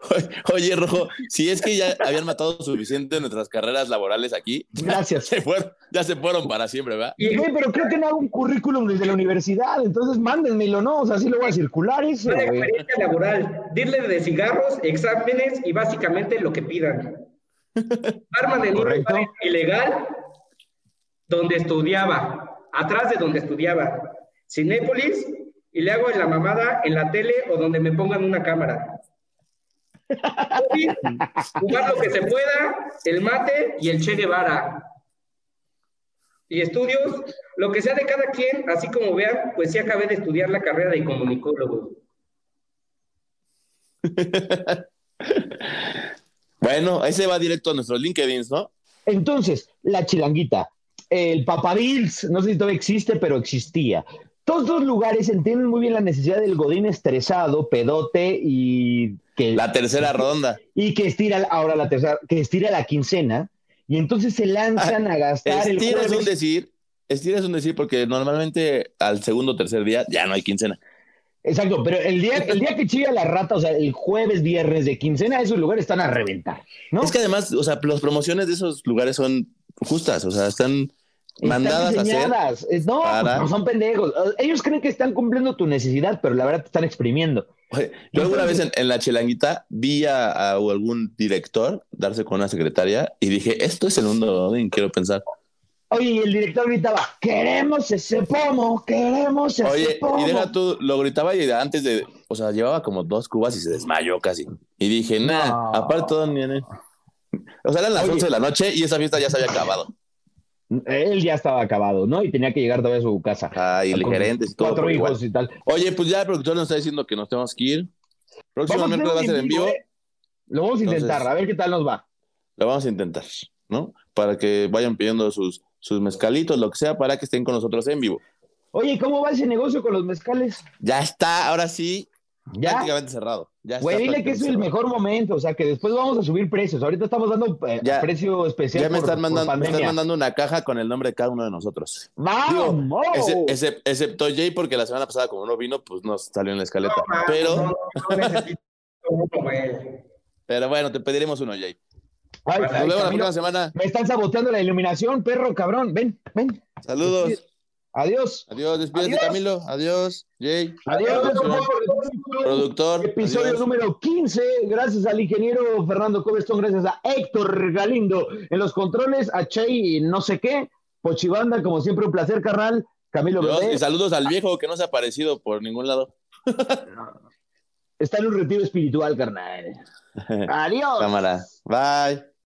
S2: Oye, Rojo, si es que ya habían matado suficiente nuestras carreras laborales aquí.
S1: Gracias.
S2: se fueron- ya se fueron para siempre, ¿verdad?
S1: Y, güey, pero creo que no hago un currículum desde la universidad, entonces mándenmelo, ¿no? O sea, sí lo voy a circular eso,
S3: Una
S1: güey.
S3: experiencia laboral. Dile de cigarros, exámenes y básicamente lo que pidan. Arma de libre para- ilegal donde estudiaba, atrás de donde estudiaba. Cinépolis y le hago en la mamada en la tele o donde me pongan una cámara. Hobby, Jugar lo que se pueda, el mate y el Che Guevara. Y estudios, lo que sea de cada quien, así como vean, pues sí acabé de estudiar la carrera de comunicólogo.
S2: Bueno, ahí se va directo a nuestros LinkedIn, ¿no?
S1: Entonces, la chilanguita, el papadils, no sé si todavía existe, pero existía. Todos estos lugares entienden muy bien la necesidad del godín estresado, pedote y que...
S2: La tercera ronda.
S1: Y que estira ahora la tercera, que estira la quincena y entonces se
S2: Ah,
S1: lanzan a gastar el
S2: Estira es un
S1: jueves.
S2: decir, estira es un decir porque normalmente al segundo o tercer día ya no hay quincena.
S1: Exacto, pero el día, el día que chilla la rata, o sea, el jueves, viernes de quincena, esos lugares están a reventar.
S2: Es que además, o sea, las promociones de esos lugares son justas, o sea, están mandadas
S1: están
S2: a
S1: diseñadas.
S2: hacer.
S1: Es- No,
S2: para-
S1: pues no son pendejos. Ellos creen que están cumpliendo tu necesidad, pero la verdad te están exprimiendo.
S2: Yo alguna vez en, en la chilanguita vi a, a algún director darse con una secretaria y dije, esto es el mundo Godín, quiero pensar.
S1: Oye, y el director gritaba, queremos ese pomo, queremos ese
S2: Oye,
S1: pomo.
S2: y deja tú, lo gritaba y antes de, o sea, llevaba como dos cubas y se desmayó casi. Y dije, nah, aparte todo ni ni- O sea, eran las
S1: Oye.
S2: 11 de la noche y esa fiesta ya se había acabado.
S1: Él ya estaba acabado, ¿no? Y tenía que llegar todavía a su casa.
S2: Ah, y el gerente y todo,
S1: Cuatro
S2: pero
S1: hijos
S2: igual.
S1: y tal.
S2: Oye, pues ya el productor nos está diciendo que nos tenemos que ir. Próximo
S1: Vamos a hacer
S2: miércoles va a
S1: un
S2: ser en vivo.
S1: ¿eh? Lo vamos a intentar,
S2: Entonces-
S1: a ver qué tal nos va.
S2: Lo vamos a intentar, ¿no? Para que vayan pidiendo sus, sus mezcalitos, lo que sea, para que estén con nosotros en vivo.
S1: Oye, ¿y ¿cómo va ese negocio con los mezcales?
S2: Ya está, ahora sí,
S1: ¿Ya?
S2: prácticamente cerrado. Ya está
S1: Güey, dile que
S2: prácticamente
S1: es el
S2: cerrado.
S1: mejor momento, o sea, que después vamos a subir precios. Ahorita estamos dando eh,
S2: Ya.
S1: precio especial.
S2: Ya me
S1: por-
S2: están,
S1: por
S2: mandando, me están
S1: pandemia.
S2: mandando una caja con el nombre de cada uno de nosotros.
S1: ¡Vamos!
S2: Ece- excep- excepto Jay, porque la semana pasada, como no vino, pues no salió en la escaleta. pero, pero bueno, te pediremos uno, Jay.
S1: Ay,
S2: Nos
S1: ay,
S2: vemos la
S1: Camilo,
S2: próxima semana.
S1: Me están saboteando la iluminación, perro, cabrón. Ven, ven.
S2: Saludos.
S1: Adiós.
S2: Adiós, despídete,
S1: Adiós.
S2: Camilo. Adiós, Jay.
S1: Adiós,
S2: productor. productor.
S1: Episodio
S2: Adiós.
S1: número 15. Gracias al ingeniero Fernando Cobestón, gracias a Héctor Galindo en los controles, a Chey no sé qué, Pochibanda, como siempre, un placer, carnal. Camilo
S2: Adiós,
S1: Bebé
S2: Y saludos al viejo que no se ha aparecido por ningún lado.
S1: está en un retiro espiritual, carnal. Adiós.
S2: Cámara. Bye.